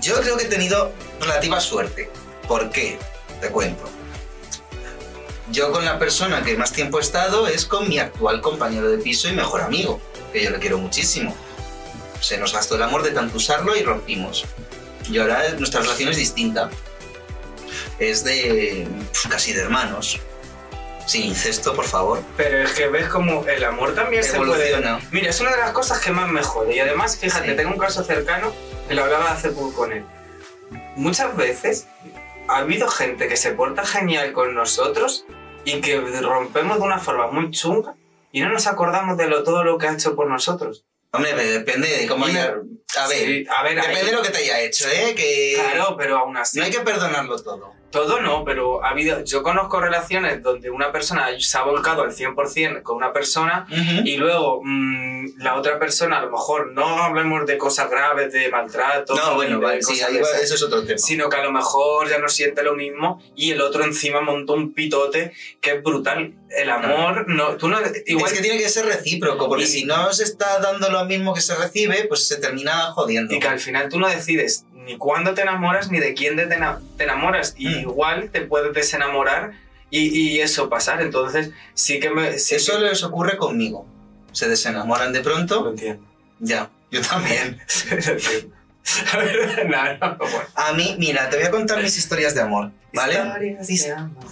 Speaker 1: Yo creo que he tenido relativa suerte. ¿Por qué? Te cuento. Yo con la persona que más tiempo he estado es con mi actual compañero de piso y mejor amigo, que yo le quiero muchísimo. se nos gastó el amor de tanto usarlo y rompimos. Y ahora nuestra relación es distinta. Es de pues, casi de hermanos. Sin incesto, por favor.
Speaker 2: Pero es que ves como el amor también se puede...
Speaker 1: Evoluciona.
Speaker 2: Mira, es una de las cosas que más me jode. Y además, fíjate,
Speaker 1: Sí.
Speaker 2: tengo un caso cercano que lo hablaba hace poco con él. Muchas veces ha habido gente que se porta genial con nosotros y que rompemos de una forma muy chunga y no nos acordamos de lo, todo lo que ha hecho por nosotros.
Speaker 1: Hombre, pero depende de cómo
Speaker 2: Y me-
Speaker 1: haya... A ver,
Speaker 2: Sí, a ver, ahí-
Speaker 1: depende de lo que te haya hecho, ¿eh? Que
Speaker 2: Claro, pero aún así.
Speaker 1: no hay que perdonarlo todo.
Speaker 2: Todo no, pero ha habido. Yo conozco relaciones donde una persona se ha volcado al 100% con una persona
Speaker 1: Ujú.
Speaker 2: y luego mm, la otra persona, a lo mejor no hablemos de cosas graves, de maltrato,
Speaker 1: No,
Speaker 2: ni
Speaker 1: bueno,
Speaker 2: de
Speaker 1: vale, sí,
Speaker 2: cosas
Speaker 1: ahí
Speaker 2: de
Speaker 1: va-
Speaker 2: esas,
Speaker 1: eso es otro tema.
Speaker 2: sino que a lo mejor ya no siente lo mismo y el otro encima montó un pitote que es brutal. El amor, no, tú no. Igual
Speaker 1: es que tiene que ser recíproco, porque
Speaker 2: Y-
Speaker 1: si no se está dando lo mismo que se recibe, pues se termina jodiendo.
Speaker 2: Y que al final tú no decides ni cuándo te enamoras ni de quién te, ena- te enamoras. Y
Speaker 1: Mm.
Speaker 2: igual te puedes desenamorar y, y eso pasar. Entonces, sí que me. sí
Speaker 1: Eso
Speaker 2: que-
Speaker 1: les ocurre conmigo. Se desenamoran de
Speaker 2: Lo
Speaker 1: pronto,
Speaker 2: entiendo.
Speaker 1: ya. Yo también.
Speaker 2: Lo entiendo. La verdad, nada, bueno.
Speaker 1: A mí, mira, te voy a contar mis historias de amor, ¿vale?
Speaker 2: Historias de amor.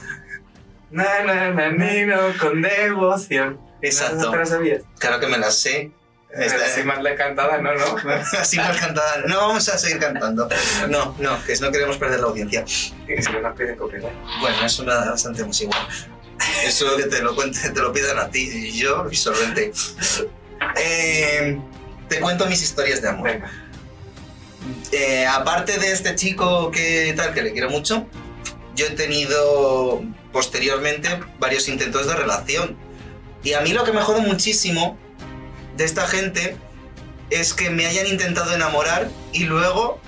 Speaker 2: Na, na, na, nino, con devoción.
Speaker 1: Exacto.
Speaker 2: ¿No te lo sabías?
Speaker 1: Claro que me las sé. Está-
Speaker 2: Pero así más la cantada, no, no.
Speaker 1: Así más cantada. No vamos a seguir cantando. No, no, que no queremos perder la audiencia.
Speaker 2: Y si no nos piden copyright.
Speaker 1: Bueno, eso me da bastante más igual. Eso que te lo cuente, te lo pidan a ti y yo, y solvente. Eh, te cuento mis historias de amor.
Speaker 2: Venga.
Speaker 1: Eh, aparte de este chico que tal, que le quiero mucho, yo he tenido posteriormente varios intentos de relación. Y a mí lo que me jode muchísimo de esta gente es que me hayan intentado enamorar y luego...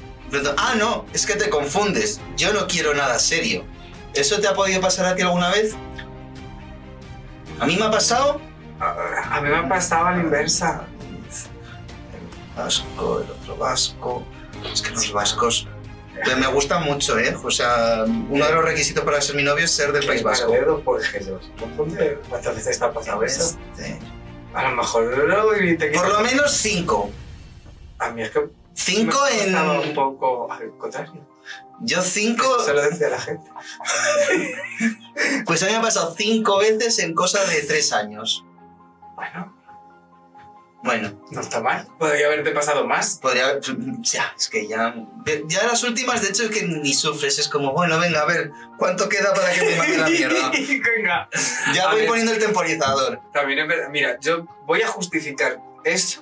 Speaker 1: Ah, no, es que te confundes. Yo no quiero nada serio. ¿Eso te ha podido pasar a ti alguna vez? A mí me ha pasado...
Speaker 2: A, a mí me ha pasado a la inversa.
Speaker 1: vasco, el otro vasco. Es que los vascos. Pero me gustan mucho, ¿eh? O sea, uno de los requisitos para ser mi novio es ser del País Vasco.
Speaker 2: Dedo, por Jesús. Confunde, ¿Cuántas veces te ha pasado eso?
Speaker 1: Este,
Speaker 2: A lo mejor luego y te
Speaker 1: Por lo menos cinco.
Speaker 2: A mí es que.
Speaker 1: Cinco
Speaker 2: me
Speaker 1: en.
Speaker 2: Estaba un poco al contrario.
Speaker 1: Yo cinco.
Speaker 2: Se lo decía a la gente.
Speaker 1: Pues a mí me ha pasado cinco veces en cosa de tres años.
Speaker 2: Bueno,
Speaker 1: Bueno,
Speaker 2: no está mal. Podría haberte pasado más.
Speaker 1: podría. Ya, es que ya. Ya las últimas, de hecho, es que ni sufres. Es como, bueno, venga, a ver, ¿cuánto queda para que me mande la mierda?
Speaker 2: Venga.
Speaker 1: Ya
Speaker 2: A
Speaker 1: voy
Speaker 2: ver.
Speaker 1: poniendo el temporizador.
Speaker 2: También es verdad. Mira, yo voy a justificar eso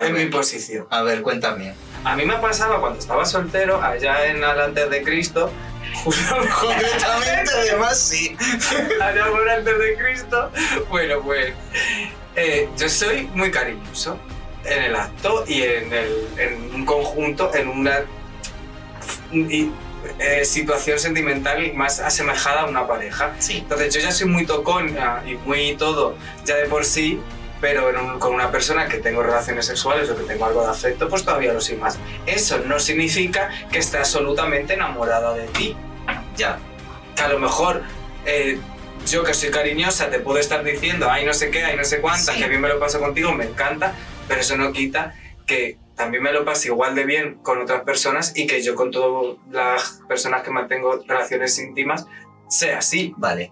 Speaker 1: A
Speaker 2: en
Speaker 1: ver.
Speaker 2: mi posición.
Speaker 1: A ver, cuéntame.
Speaker 2: A mí me pasaba cuando estaba soltero, allá en antes de Cristo, justo
Speaker 1: Concretamente, además, sí.
Speaker 2: allá por antes de Cristo. Bueno, pues eh, yo soy muy cariñoso en el acto y en, el, en un conjunto, en una y, eh, situación sentimental más asemejada a una pareja.
Speaker 1: Sí.
Speaker 2: Entonces yo ya soy muy tocón y muy todo ya de por sí, pero en un- con una persona que tengo relaciones sexuales o que tengo algo de afecto, pues todavía lo soy más. Eso no significa que esté absolutamente enamorada de ti
Speaker 1: Ya.
Speaker 2: que a lo mejor eh, yo que soy cariñosa te puedo estar diciendo, ay no sé qué, ay no sé cuántas,
Speaker 1: Sí.
Speaker 2: que bien me lo paso contigo, me encanta, pero eso no quita que también me lo pase igual de bien con otras personas y que yo con todas las personas que mantengo relaciones íntimas sea así.
Speaker 1: Vale.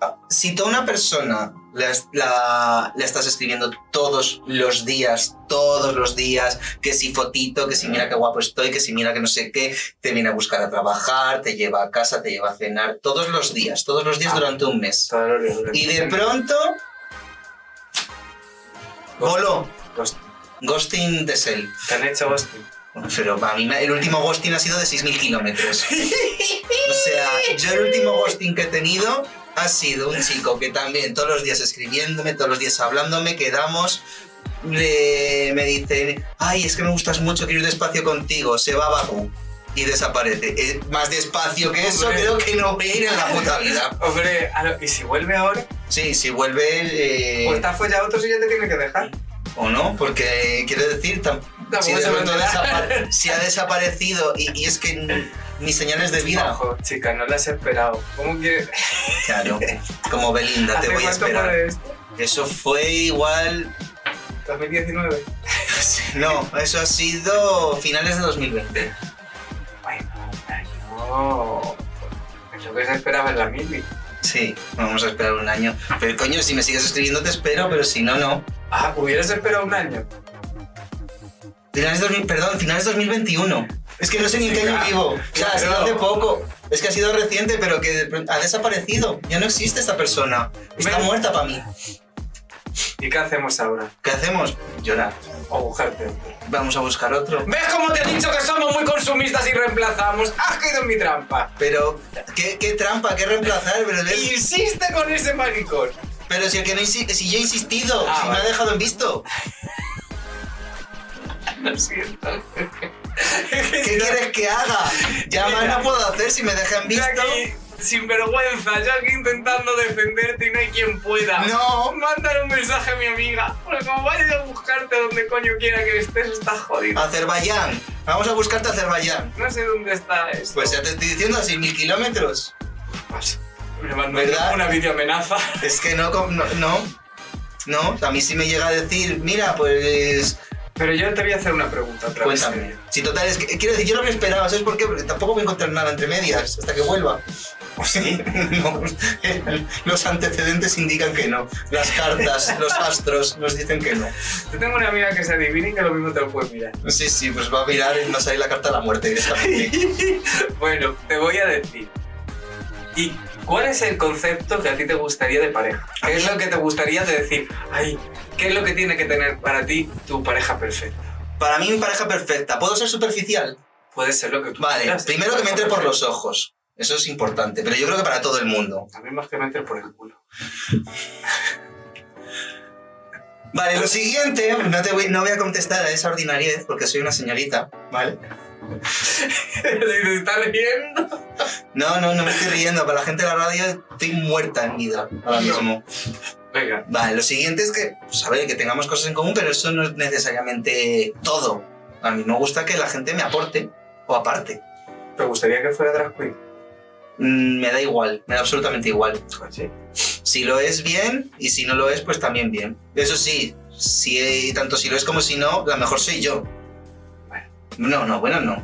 Speaker 1: Ah, Si tú a una persona la, es- la- la estás escribiendo todos los días, todos los días, que si fotito, que si mira qué guapo estoy, que si mira que no sé qué, te viene a buscar a trabajar, te lleva a casa, te lleva a cenar, todos los días, todos los días
Speaker 2: Ah.
Speaker 1: durante un mes. Y de pronto, voló.
Speaker 2: Ghost.
Speaker 1: Ghosting de Sel.
Speaker 2: Pues, Te han hecho hostia.
Speaker 1: Pero para mí me- el último ghosting ha sido de 6.000 kilómetros. O sea, yo el último ghosting que he tenido ha sido un chico que también todos los días escribiéndome, todos los días hablándome, quedamos, le, me dicen, ay, es que me gustas mucho, quiero ir despacio contigo, se va a Bakú y desaparece. Eh, más despacio que eso
Speaker 2: Hombre.
Speaker 1: creo que no voy a ir en la puta vida.
Speaker 2: Hombre, a lo- y si vuelve ahora,
Speaker 1: Sí, si vuelve eh,
Speaker 2: o está follado a otros y ya te tiene que dejar.
Speaker 1: o no, porque quiero decir, tam-
Speaker 2: Tampoco
Speaker 1: si, de
Speaker 2: se
Speaker 1: pronto
Speaker 2: vendrá.
Speaker 1: desapa- si ha desaparecido y, y es que n- ni señales de vida.
Speaker 2: Ojo, chica, no la has esperado. ¿Cómo que
Speaker 1: Claro, como Belinda, te
Speaker 2: ¿Hace
Speaker 1: voy a
Speaker 2: cuánto
Speaker 1: esperar.
Speaker 2: fue esto?
Speaker 1: Eso fue igual
Speaker 2: 2019.
Speaker 1: No, eso ha sido finales de 2020.
Speaker 2: Bueno, un año. Es lo que se esperaba en la mili.
Speaker 1: Sí, vamos a esperar un año. Pero coño, si me sigues escribiendo te espero, pero si no, no.
Speaker 2: Ah, hubieras esperado un año.
Speaker 1: Finales de 2000, perdón, finales de 2021. Es que no sé ni en qué año
Speaker 2: Claro,
Speaker 1: vivo. O sea, ha sido
Speaker 2: claro.
Speaker 1: hace poco. Es que ha sido reciente, pero que de pronto ha desaparecido. Ya no existe esta persona. Está
Speaker 2: Ven.
Speaker 1: muerta para mí.
Speaker 2: ¿Y qué hacemos ahora?
Speaker 1: ¿Qué hacemos? Llorar.
Speaker 2: O buscarte otro.
Speaker 1: Vamos a buscar otro.
Speaker 2: ¿Ves cómo te he dicho que somos muy consumistas y reemplazamos? Has caído en mi trampa.
Speaker 1: Pero, ¿qué, qué trampa? ¿Qué reemplazar? Pero,
Speaker 2: Insiste con ese maricón.
Speaker 1: pero si, el que no insi- si yo he insistido,
Speaker 2: Ah,
Speaker 1: si me
Speaker 2: vale.
Speaker 1: ha dejado en visto.
Speaker 2: Lo siento.
Speaker 1: ¿Qué quieres que haga? Ya más
Speaker 2: Mira.
Speaker 1: no puedo hacer si me deja en
Speaker 2: Yo
Speaker 1: visto.
Speaker 2: aquí, sin vergüenza, yo aquí intentando defenderte y no hay quien pueda.
Speaker 1: No.
Speaker 2: Mándale un mensaje a mi amiga, porque como vayas a buscarte donde coño quiera que estés, está jodido.
Speaker 1: Azerbaiyán. Vamos a buscarte a Azerbaiyán.
Speaker 2: No sé dónde está eso.
Speaker 1: Pues ya te estoy diciendo, a 6.000 kilómetros.
Speaker 2: Pues, Me mandó
Speaker 1: ¿Verdad?
Speaker 2: una videoamenaza.
Speaker 1: Es que no, com- no, no, no, a mí sí me llega a decir, mira, pues
Speaker 2: Pero yo te voy a hacer una pregunta otra vez.
Speaker 1: cuéntame. Si Pues, total, es que, quiero decir, yo lo que esperaba, ¿sabes por qué? Porque tampoco voy a encontrar nada entre medias hasta que vuelva. Sí, no, los antecedentes indican que no, las cartas, los astros nos dicen que no.
Speaker 2: Yo tengo una amiga que se adivina y que lo mismo te lo puedes mirar.
Speaker 1: Sí, sí, pues va a mirar y va a salir la carta de la muerte directamente.
Speaker 2: Bueno, te voy a decir. ¿Y cuál es el concepto que a ti te gustaría de pareja? ¿Qué es lo que te gustaría de decir? Ay, ¿qué es lo que tiene que tener para ti tu pareja perfecta?
Speaker 1: Para mí, mi pareja perfecta, ¿puedo ser superficial?
Speaker 2: Puede ser lo que tú
Speaker 1: Vale,
Speaker 2: quieras,
Speaker 1: primero que me entre por
Speaker 2: pareja
Speaker 1: los ojos, eso es importante, pero yo creo que para todo el mundo.
Speaker 2: perfecta. A mí más que me entre por el culo.
Speaker 1: Vale, lo siguiente, no, te voy, no voy a contestar a esa ordinariedad porque soy una señorita, ¿vale?
Speaker 2: ¿Te está riendo?
Speaker 1: No, no, no me estoy riendo, para la gente de la radio estoy muerta en vida ahora
Speaker 2: No.
Speaker 1: mismo.
Speaker 2: Venga,
Speaker 1: Vale, lo siguiente es que, pues a ver, que tengamos cosas en común, pero eso no es necesariamente todo. A mí me gusta que la gente me aporte o aparte.
Speaker 2: ¿te gustaría que fuera drag queen?
Speaker 1: Mm, me da igual, me da absolutamente igual.
Speaker 2: Pues sí.
Speaker 1: Si lo es bien y si no lo es, pues también bien. Eso sí, si, tanto si lo es como si no, la mejor soy yo. No, no, bueno, no.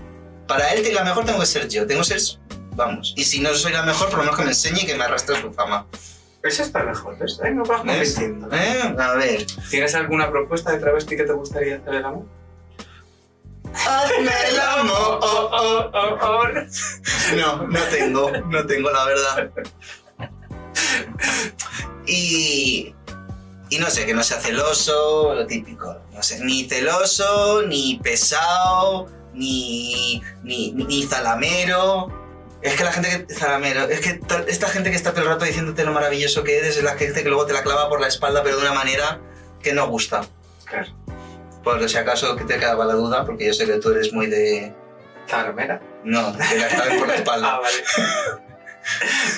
Speaker 1: Para él la mejor tengo que ser yo, tengo que ser... Vamos, y si no soy la mejor, por lo menos que me enseñe y que me arrastre a su fama.
Speaker 2: Eso está mejor, ¿ves? Ahí nos vas
Speaker 1: ¿Ves?
Speaker 2: compitiendo.
Speaker 1: ¿Eh? A ver.
Speaker 2: ¿Tienes alguna propuesta de travesti que te gustaría hacer el amor?
Speaker 1: Hazme el
Speaker 2: Oh,
Speaker 1: amor.
Speaker 2: oh, oh, oh, oh.
Speaker 1: No, no tengo, no tengo, la verdad. Y. Y no sé, que no sea celoso, lo típico. No sé, ni celoso, ni pesado, ni. ni, ni zalamero. Es que la gente que. zalamero, es que to- esta gente que está todo el rato diciéndote lo maravilloso que eres es la gente que luego te la clava por la espalda, pero de una manera que no gusta.
Speaker 2: Claro.
Speaker 1: Por si acaso que te quedaba la duda, porque yo sé que tú eres muy de.
Speaker 2: Zalamera.
Speaker 1: No, te la claven por la espalda.
Speaker 2: Ah, vale.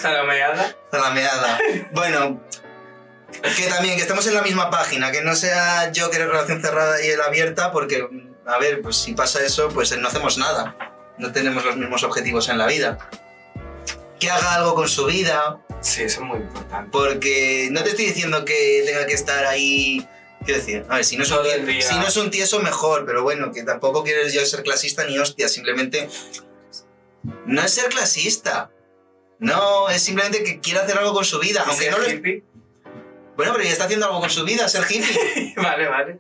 Speaker 2: Zalameada.
Speaker 1: Zalameada. Bueno, que también, que estamos en la misma página, que no sea yo que eres relación cerrada y él abierta, porque, a ver, pues si pasa eso, pues no hacemos nada. No tenemos los mismos objetivos en la vida. Que haga algo con su vida,
Speaker 2: Sí, eso es muy importante.
Speaker 1: porque no te estoy diciendo que tenga que estar ahí. Quiero decir, a ver, si no, es un
Speaker 2: Todo el
Speaker 1: tie-
Speaker 2: día.
Speaker 1: si no es un tieso, mejor, pero bueno, que tampoco quiero yo ser clasista ni hostia, simplemente. No es ser clasista. No, es simplemente que quiere hacer algo con su vida, aunque
Speaker 2: ¿Y
Speaker 1: no
Speaker 2: ser
Speaker 1: lo.
Speaker 2: hippie?
Speaker 1: Bueno, pero ya está haciendo algo con su vida, ser hippie.
Speaker 2: Vale, vale.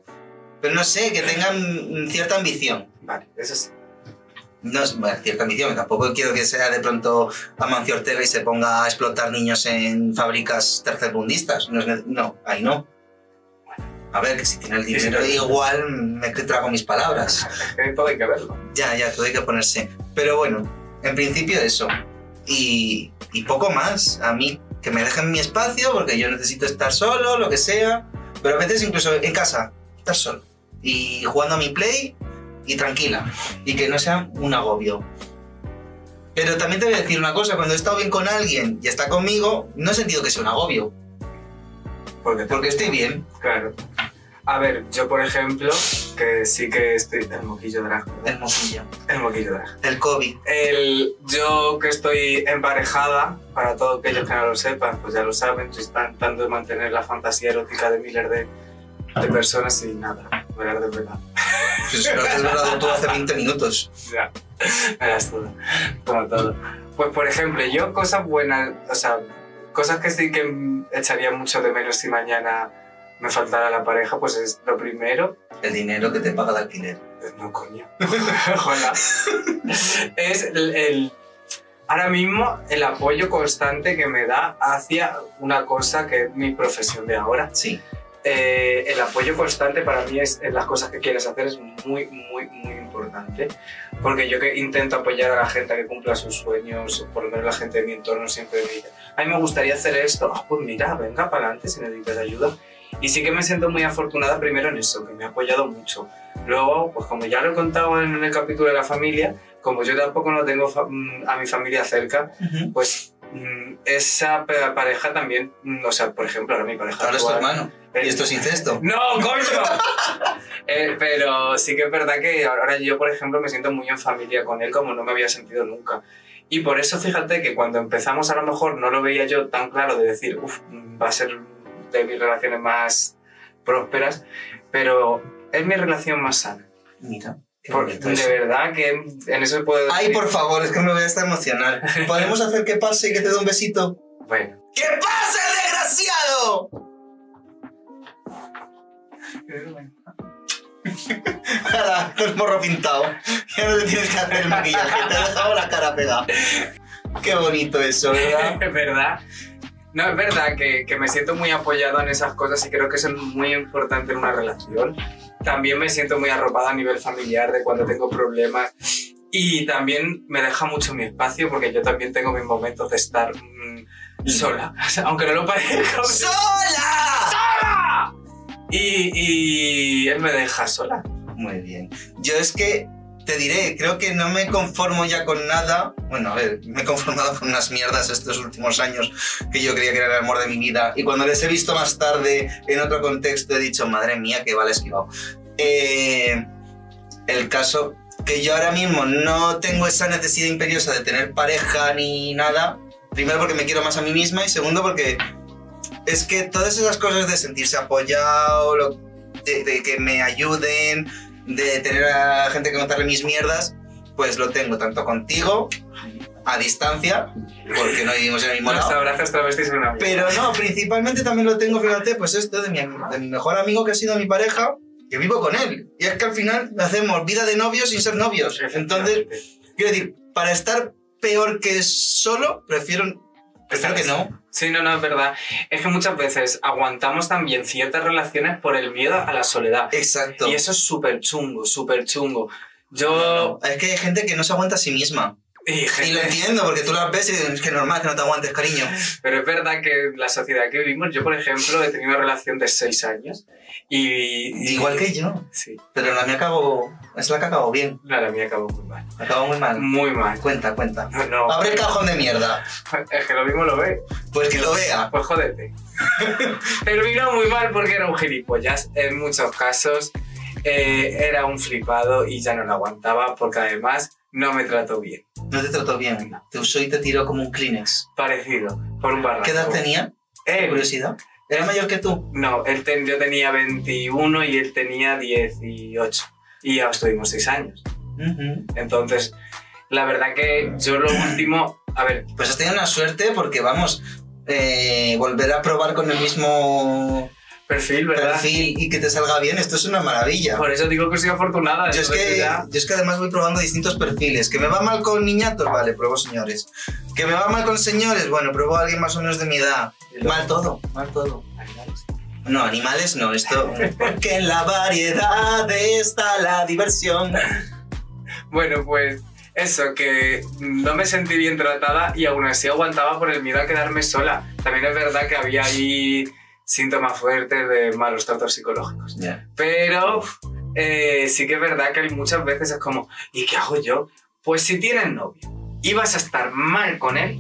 Speaker 1: pero no sé, que tengan mm, cierta ambición.
Speaker 2: Vale, eso sí.
Speaker 1: No, es- bueno, cierta ambición, tampoco quiero que sea de pronto Amancio Ortega y se ponga a explotar niños en fábricas tercermundistas. No, es ne- no, ahí no. A ver, que si tiene el
Speaker 2: Sí, sí,
Speaker 1: dinero
Speaker 2: claro.
Speaker 1: igual me trago mis palabras.
Speaker 2: Eh, Todo hay que verlo.
Speaker 1: Ya, ya, todo hay que ponerse. Pero bueno, en principio eso. Y, y poco más. A mí, que me dejen mi espacio, porque yo necesito estar solo, lo que sea. Pero a veces incluso en casa, estar solo. Y jugando a mi play y tranquila. Y que no sea un agobio. Pero también te voy a decir una cosa, cuando he estado bien con alguien y está conmigo, no he sentido que sea un agobio,
Speaker 2: Porque,
Speaker 1: porque estoy bien.
Speaker 2: Claro. A ver, yo por ejemplo, que sí que estoy. El moquillo drag.
Speaker 1: El
Speaker 2: ¿verdad?
Speaker 1: mojillo,
Speaker 2: El moquillo drag.
Speaker 1: el COVID.
Speaker 2: El, yo que estoy emparejada, para todos aquellos que no lo sepan, pues ya lo saben, estoy tratando de mantener la fantasía erótica de miles de, de personas y nada. Me la has desvelado.
Speaker 1: Pues lo has desvelado tú hace 20 minutos.
Speaker 2: Ya, me las todo. Como todo. Pues por ejemplo, yo cosas buenas, o sea, cosas que sí que echaría mucho de menos si mañana me faltara la pareja, pues es lo primero.
Speaker 1: El dinero que te paga el alquiler.
Speaker 2: pues No, coño. Ojalá. es el, el- ahora mismo el apoyo constante que me da hacia una cosa que es mi profesión de ahora.
Speaker 1: Sí.
Speaker 2: Eh, el apoyo constante para mí es, en las cosas que quieres hacer es muy, muy, muy importante. Porque yo que intento apoyar a la gente a que cumpla sus sueños, o por lo menos la gente de mi entorno siempre me dice, a mí me gustaría hacer esto. Ah, pues mira, venga para adelante si necesitas ayuda. Y sí que me siento muy afortunada primero en eso, que me ha apoyado mucho. Luego, pues como ya lo he contado en el capítulo de la familia, como yo tampoco no tengo fa- mm, a mi familia cerca, pues mm, esa pe- pareja también, mm, o sea, por ejemplo, ahora mi pareja...
Speaker 1: Ahora es tu
Speaker 2: actual-
Speaker 1: hermano.
Speaker 2: Eh,
Speaker 1: Y esto es incesto.
Speaker 2: ¡No, coño! Eh, pero sí que es verdad que ahora yo, por ejemplo, me siento muy en familia con él como no me había sentido nunca. Y por eso fíjate que cuando empezamos a lo mejor no lo veía yo tan claro de decir, uff, va a ser de mis relaciones más prósperas, pero es mi relación más sana.
Speaker 1: Mira. Qué
Speaker 2: Porque
Speaker 1: bonito
Speaker 2: de
Speaker 1: eso.
Speaker 2: verdad que en eso puedo...
Speaker 1: Ay,
Speaker 2: decir-
Speaker 1: por favor, es que me voy a estar emocional. ¿Podemos hacer que pase y que te dé un besito?
Speaker 2: Bueno,
Speaker 1: ¡Que pase, desgraciado! Nada, con el morro pintado. Ya no te tienes que hacer el maquillaje, te he dejado la cara pegada. Qué bonito eso, ¿verdad?
Speaker 2: es verdad. No, es verdad que, que me siento muy apoyado en esas cosas y creo que eso es muy importante en una relación. También me siento muy arropado a nivel familiar de cuando tengo problemas y también me deja mucho mi espacio porque yo también tengo mis momentos de estar mm, sola, aunque no lo parezca.
Speaker 1: ¡Sola!
Speaker 2: Y, y él me deja sola.
Speaker 1: Muy bien. Yo es que te diré, creo que no me conformo ya con nada. Bueno, a ver, me he conformado con unas mierdas estos últimos años que yo creía que era el amor de mi vida. Y cuando les he visto más tarde en otro contexto he dicho, madre mía, que vale esquivado. Eh, el caso que yo ahora mismo no tengo esa necesidad imperiosa de tener pareja ni nada. Primero porque me quiero más a mí misma y segundo porque es que todas esas cosas de sentirse apoyado, lo- de- de que me ayuden, de tener a gente que contarle mis mierdas, pues lo tengo tanto contigo, a distancia, porque no vivimos en el mismo
Speaker 2: Los
Speaker 1: lado.
Speaker 2: abrazos travestis son una mierda.
Speaker 1: Pero no, principalmente también lo tengo, fíjate, pues esto de mi, de mi mejor amigo que ha sido mi pareja, que vivo con él. Y es que al final hacemos vida de novios sin ser novios. Entonces, quiero decir, para estar peor que solo, prefiero, prefiero que no.
Speaker 2: Sí, no, no, es verdad. Es que muchas veces aguantamos también ciertas relaciones por el miedo a la soledad.
Speaker 1: Exacto.
Speaker 2: Y eso es súper chungo, súper chungo.
Speaker 1: No,
Speaker 2: Yo...
Speaker 1: Es que hay gente que no se aguanta a sí misma.
Speaker 2: y
Speaker 1: Y lo
Speaker 2: gente-
Speaker 1: entiendo, porque tú las ves y dices, es que normal que no te aguantes, cariño.
Speaker 2: Pero es verdad que la sociedad que vivimos, yo por ejemplo he tenido una relación de seis años y... y-
Speaker 1: Igual que yo.
Speaker 2: Sí,
Speaker 1: Pero la mía acabó, es la que acabó bien,
Speaker 2: no, la mía acabó muy mal.
Speaker 1: acabó muy mal.
Speaker 2: Muy mal.
Speaker 1: Cuenta, cuenta.
Speaker 2: No, no.
Speaker 1: Abre el cajón de mierda.
Speaker 2: Es que lo mismo lo ve.
Speaker 1: Pues que lo vea.
Speaker 2: Pues jódete. Terminó muy mal porque era un gilipollas. En muchos casos eh, era un flipado y ya no lo aguantaba porque además no me trató bien.
Speaker 1: No te trató bien. Te usó y te tiró como un Kleenex.
Speaker 2: Parecido, por un barranco. Eh,
Speaker 1: ¿Qué edad tenía?
Speaker 2: Él,
Speaker 1: Curiosidad. ¿Era mayor que tú?
Speaker 2: no, él ten- yo tenía 21 y él tenía 18. Y ya estuvimos 6 años.
Speaker 1: Ujú.
Speaker 2: Entonces, la verdad que yo lo último... A ver,
Speaker 1: Pues has tenido una suerte porque, vamos, eh, volver a probar con el mismo
Speaker 2: perfil, ¿verdad?
Speaker 1: perfil y que te salga bien, esto es una maravilla.
Speaker 2: Por eso digo que soy afortunada.
Speaker 1: Yo es, que,
Speaker 2: ya-
Speaker 1: yo es que además voy probando distintos perfiles. Que me va mal con niñatos, vale, pruebo señores. Que me va mal con señores, bueno, pruebo a alguien más o menos de mi edad. Mal todo, mal todo. No, animales no, esto. Porque en la variedad está la diversión.
Speaker 2: Bueno, pues eso, que no me sentí bien tratada y aún así aguantaba por el miedo a quedarme sola. También es verdad que había ahí síntomas fuertes de malos tratos psicológicos. Pero eh, sí que es verdad que muchas veces es como, ¿y qué hago yo? Pues si tienes novio y vas a estar mal con él,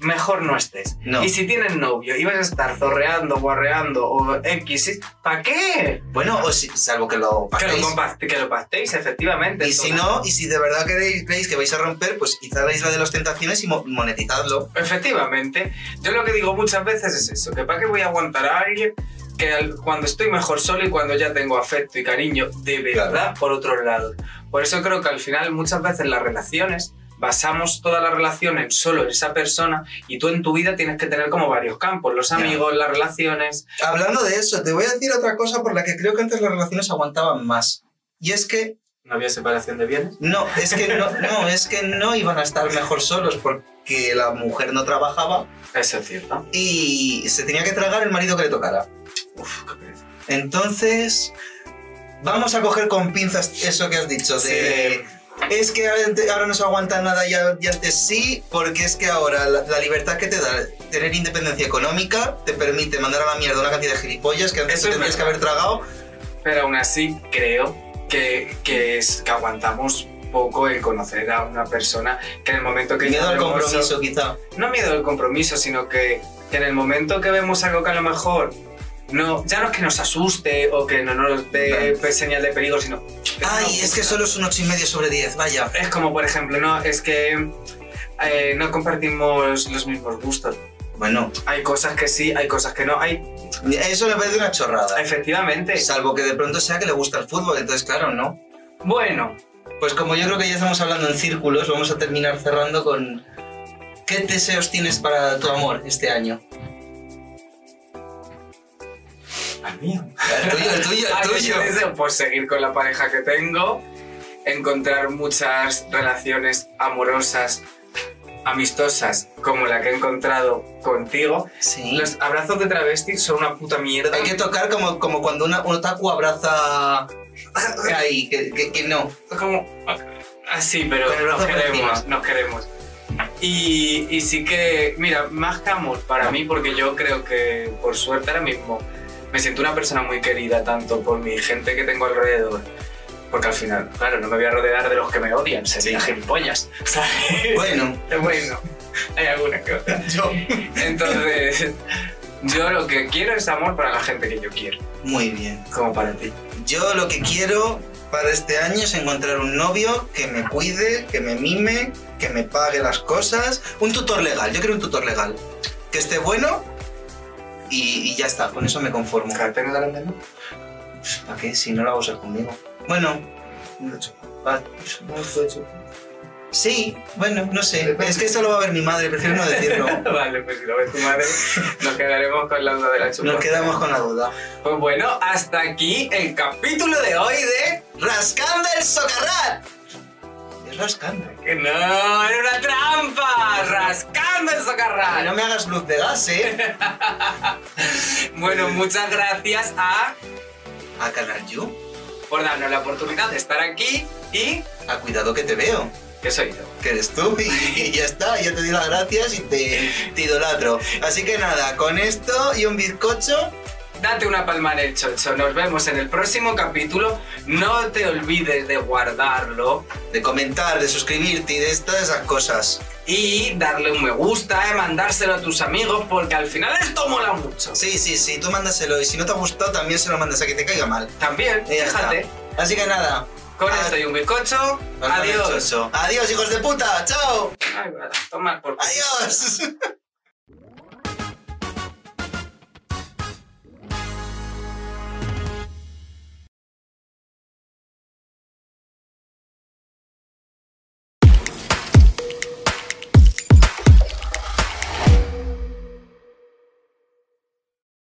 Speaker 2: mejor no estés.
Speaker 1: No.
Speaker 2: Y si tienes novio y vas a estar zorreando, guarreando o X, ¿para qué?
Speaker 1: Bueno, o si- salvo que lo
Speaker 2: Que lo,
Speaker 1: paséis.
Speaker 2: compa- que lo pastéis, efectivamente.
Speaker 1: Y si
Speaker 2: Entonces,
Speaker 1: no, y si de verdad queréis, creéis que vais a romper, pues quizá la isla de las tentaciones y mo- monetizadlo.
Speaker 2: Efectivamente, yo lo que digo muchas veces es eso, que para qué voy a aguantar a alguien que al- cuando estoy mejor solo y cuando ya tengo afecto y cariño de verdad
Speaker 1: Claro.
Speaker 2: por otro lado. Por eso creo que al final muchas veces las relaciones basamos toda la relación en solo en esa persona y tú en tu vida tienes que tener como varios campos, los
Speaker 1: Ya.
Speaker 2: amigos, las relaciones.
Speaker 1: Hablando de eso, te voy a decir otra cosa por la que creo que antes las relaciones aguantaban más. Y es que
Speaker 2: No había separación de bienes.
Speaker 1: No, es que no, no, es que no iban a estar mejor solos porque la mujer no trabajaba
Speaker 2: Eso es cierto.
Speaker 1: y se tenía que tragar el marido que le tocara.
Speaker 2: Uf, qué pereza.
Speaker 1: Entonces, vamos a coger con pinzas eso que has dicho de... Es que ante- ahora no se aguanta nada y a- y antes sí, porque es que ahora la, la libertad que te da tener independencia económica te permite mandar a la mierda una cantidad de gilipollas que antes
Speaker 2: Eso
Speaker 1: tú
Speaker 2: es
Speaker 1: tendrías que haber
Speaker 2: verdad.
Speaker 1: tragado.
Speaker 2: Pero aún así creo que, que es que aguantamos poco el conocer a una persona que en el momento que
Speaker 1: Miedo
Speaker 2: ya
Speaker 1: al
Speaker 2: vemos-
Speaker 1: compromiso, quizá.
Speaker 2: no miedo al compromiso, sino que, que en el momento que vemos algo que a lo mejor no, ya no es que nos asuste o que no nos dé
Speaker 1: Vale.
Speaker 2: pues, señal de peligro, sino que
Speaker 1: Ay,
Speaker 2: nos
Speaker 1: es que
Speaker 2: gusta.
Speaker 1: solo es un 8,5 sobre 10, vaya.
Speaker 2: es como por ejemplo, no, es que eh, no compartimos los mismos gustos.
Speaker 1: Bueno,
Speaker 2: Hay cosas que sí, hay cosas que no. Hay,
Speaker 1: eso me parece una chorrada.
Speaker 2: efectivamente.
Speaker 1: Salvo que de pronto sea que le gusta el fútbol, entonces claro, ¿no?
Speaker 2: Bueno,
Speaker 1: Pues como yo creo que ya estamos hablando en círculos, vamos a terminar cerrando con ¿qué deseos tienes para tu amor este año?
Speaker 2: al mío.
Speaker 1: El tuyo, el tuyo,
Speaker 2: Ah,
Speaker 1: el
Speaker 2: yo
Speaker 1: tuyo.
Speaker 2: deseo, pues seguir con la pareja que tengo, encontrar muchas relaciones amorosas, amistosas, como la que he encontrado contigo.
Speaker 1: Sí.
Speaker 2: Los abrazos de travestis son una puta mierda.
Speaker 1: Hay que tocar como, como cuando una, un otaku abraza ahí, que, que- que no.
Speaker 2: Como así, pero
Speaker 1: Con el brazo
Speaker 2: nos
Speaker 1: por
Speaker 2: queremos, nos queremos. Y, y sí que, mira, más que amor para mí, porque yo creo que por suerte ahora mismo me siento una persona muy querida, tanto por mi gente que tengo alrededor, porque al final, claro, no me voy a rodear de los que me odian, serían gilipollas, ¿sabes?
Speaker 1: Bueno,
Speaker 2: Bueno, hay alguna que otra.
Speaker 1: yo.
Speaker 2: Entonces, yo lo que quiero es amor para la gente que yo quiero,
Speaker 1: Muy bien.
Speaker 2: como para ti.
Speaker 1: Yo lo que quiero para este año es encontrar un novio que me cuide, que me mime, que me pague las cosas. Un tutor legal, yo quiero un tutor legal. Que esté bueno y, y ya está, con eso me conformo.
Speaker 2: ¿Cartel de la
Speaker 1: ¿Para qué? Si no lo hago ser conmigo. Bueno, va- sí, bueno, no sé. Es que eso lo va a ver mi madre, prefiero no decirlo.
Speaker 2: Vale, pues si lo ves tu madre, nos quedaremos con la duda de la chupa.
Speaker 1: Nos quedamos con la duda.
Speaker 2: Pues bueno, hasta aquí el capítulo de hoy de...
Speaker 1: ¡Rascando el socarrat! Es rascando.
Speaker 2: ¡Que no! ¡Era una trampa! ¡Rascando el
Speaker 1: Ah, no
Speaker 2: socarral!
Speaker 1: me hagas luz de gas, ¿eh?
Speaker 2: Bueno, muchas gracias a...
Speaker 1: A Canal You.
Speaker 2: por darnos la oportunidad de estar aquí y...
Speaker 1: A cuidado que te veo.
Speaker 2: que soy yo?
Speaker 1: que eres tú y, y ya está, yo te doy las gracias y te, te idolatro. Así que nada, con esto y un bizcocho,
Speaker 2: Date una palma en el chocho. Nos vemos en el próximo capítulo. No te olvides de guardarlo
Speaker 1: de comentar, de suscribirte y de estas esas cosas.
Speaker 2: y darle un me gusta, eh, mandárselo a tus amigos porque al final esto mola mucho.
Speaker 1: Sí, sí, sí, tú mándaselo y si no te ha gustado también se lo mandas a que te caiga mal.
Speaker 2: También,
Speaker 1: Y ya está.
Speaker 2: fíjate.
Speaker 1: Así que nada,
Speaker 2: Con
Speaker 1: Ah.
Speaker 2: esto y un bizcocho.
Speaker 1: nos vemos
Speaker 2: Adiós.
Speaker 1: chocho. Adiós hijos de puta, chao,
Speaker 2: Ay, vale, toma por culo.
Speaker 1: adiós.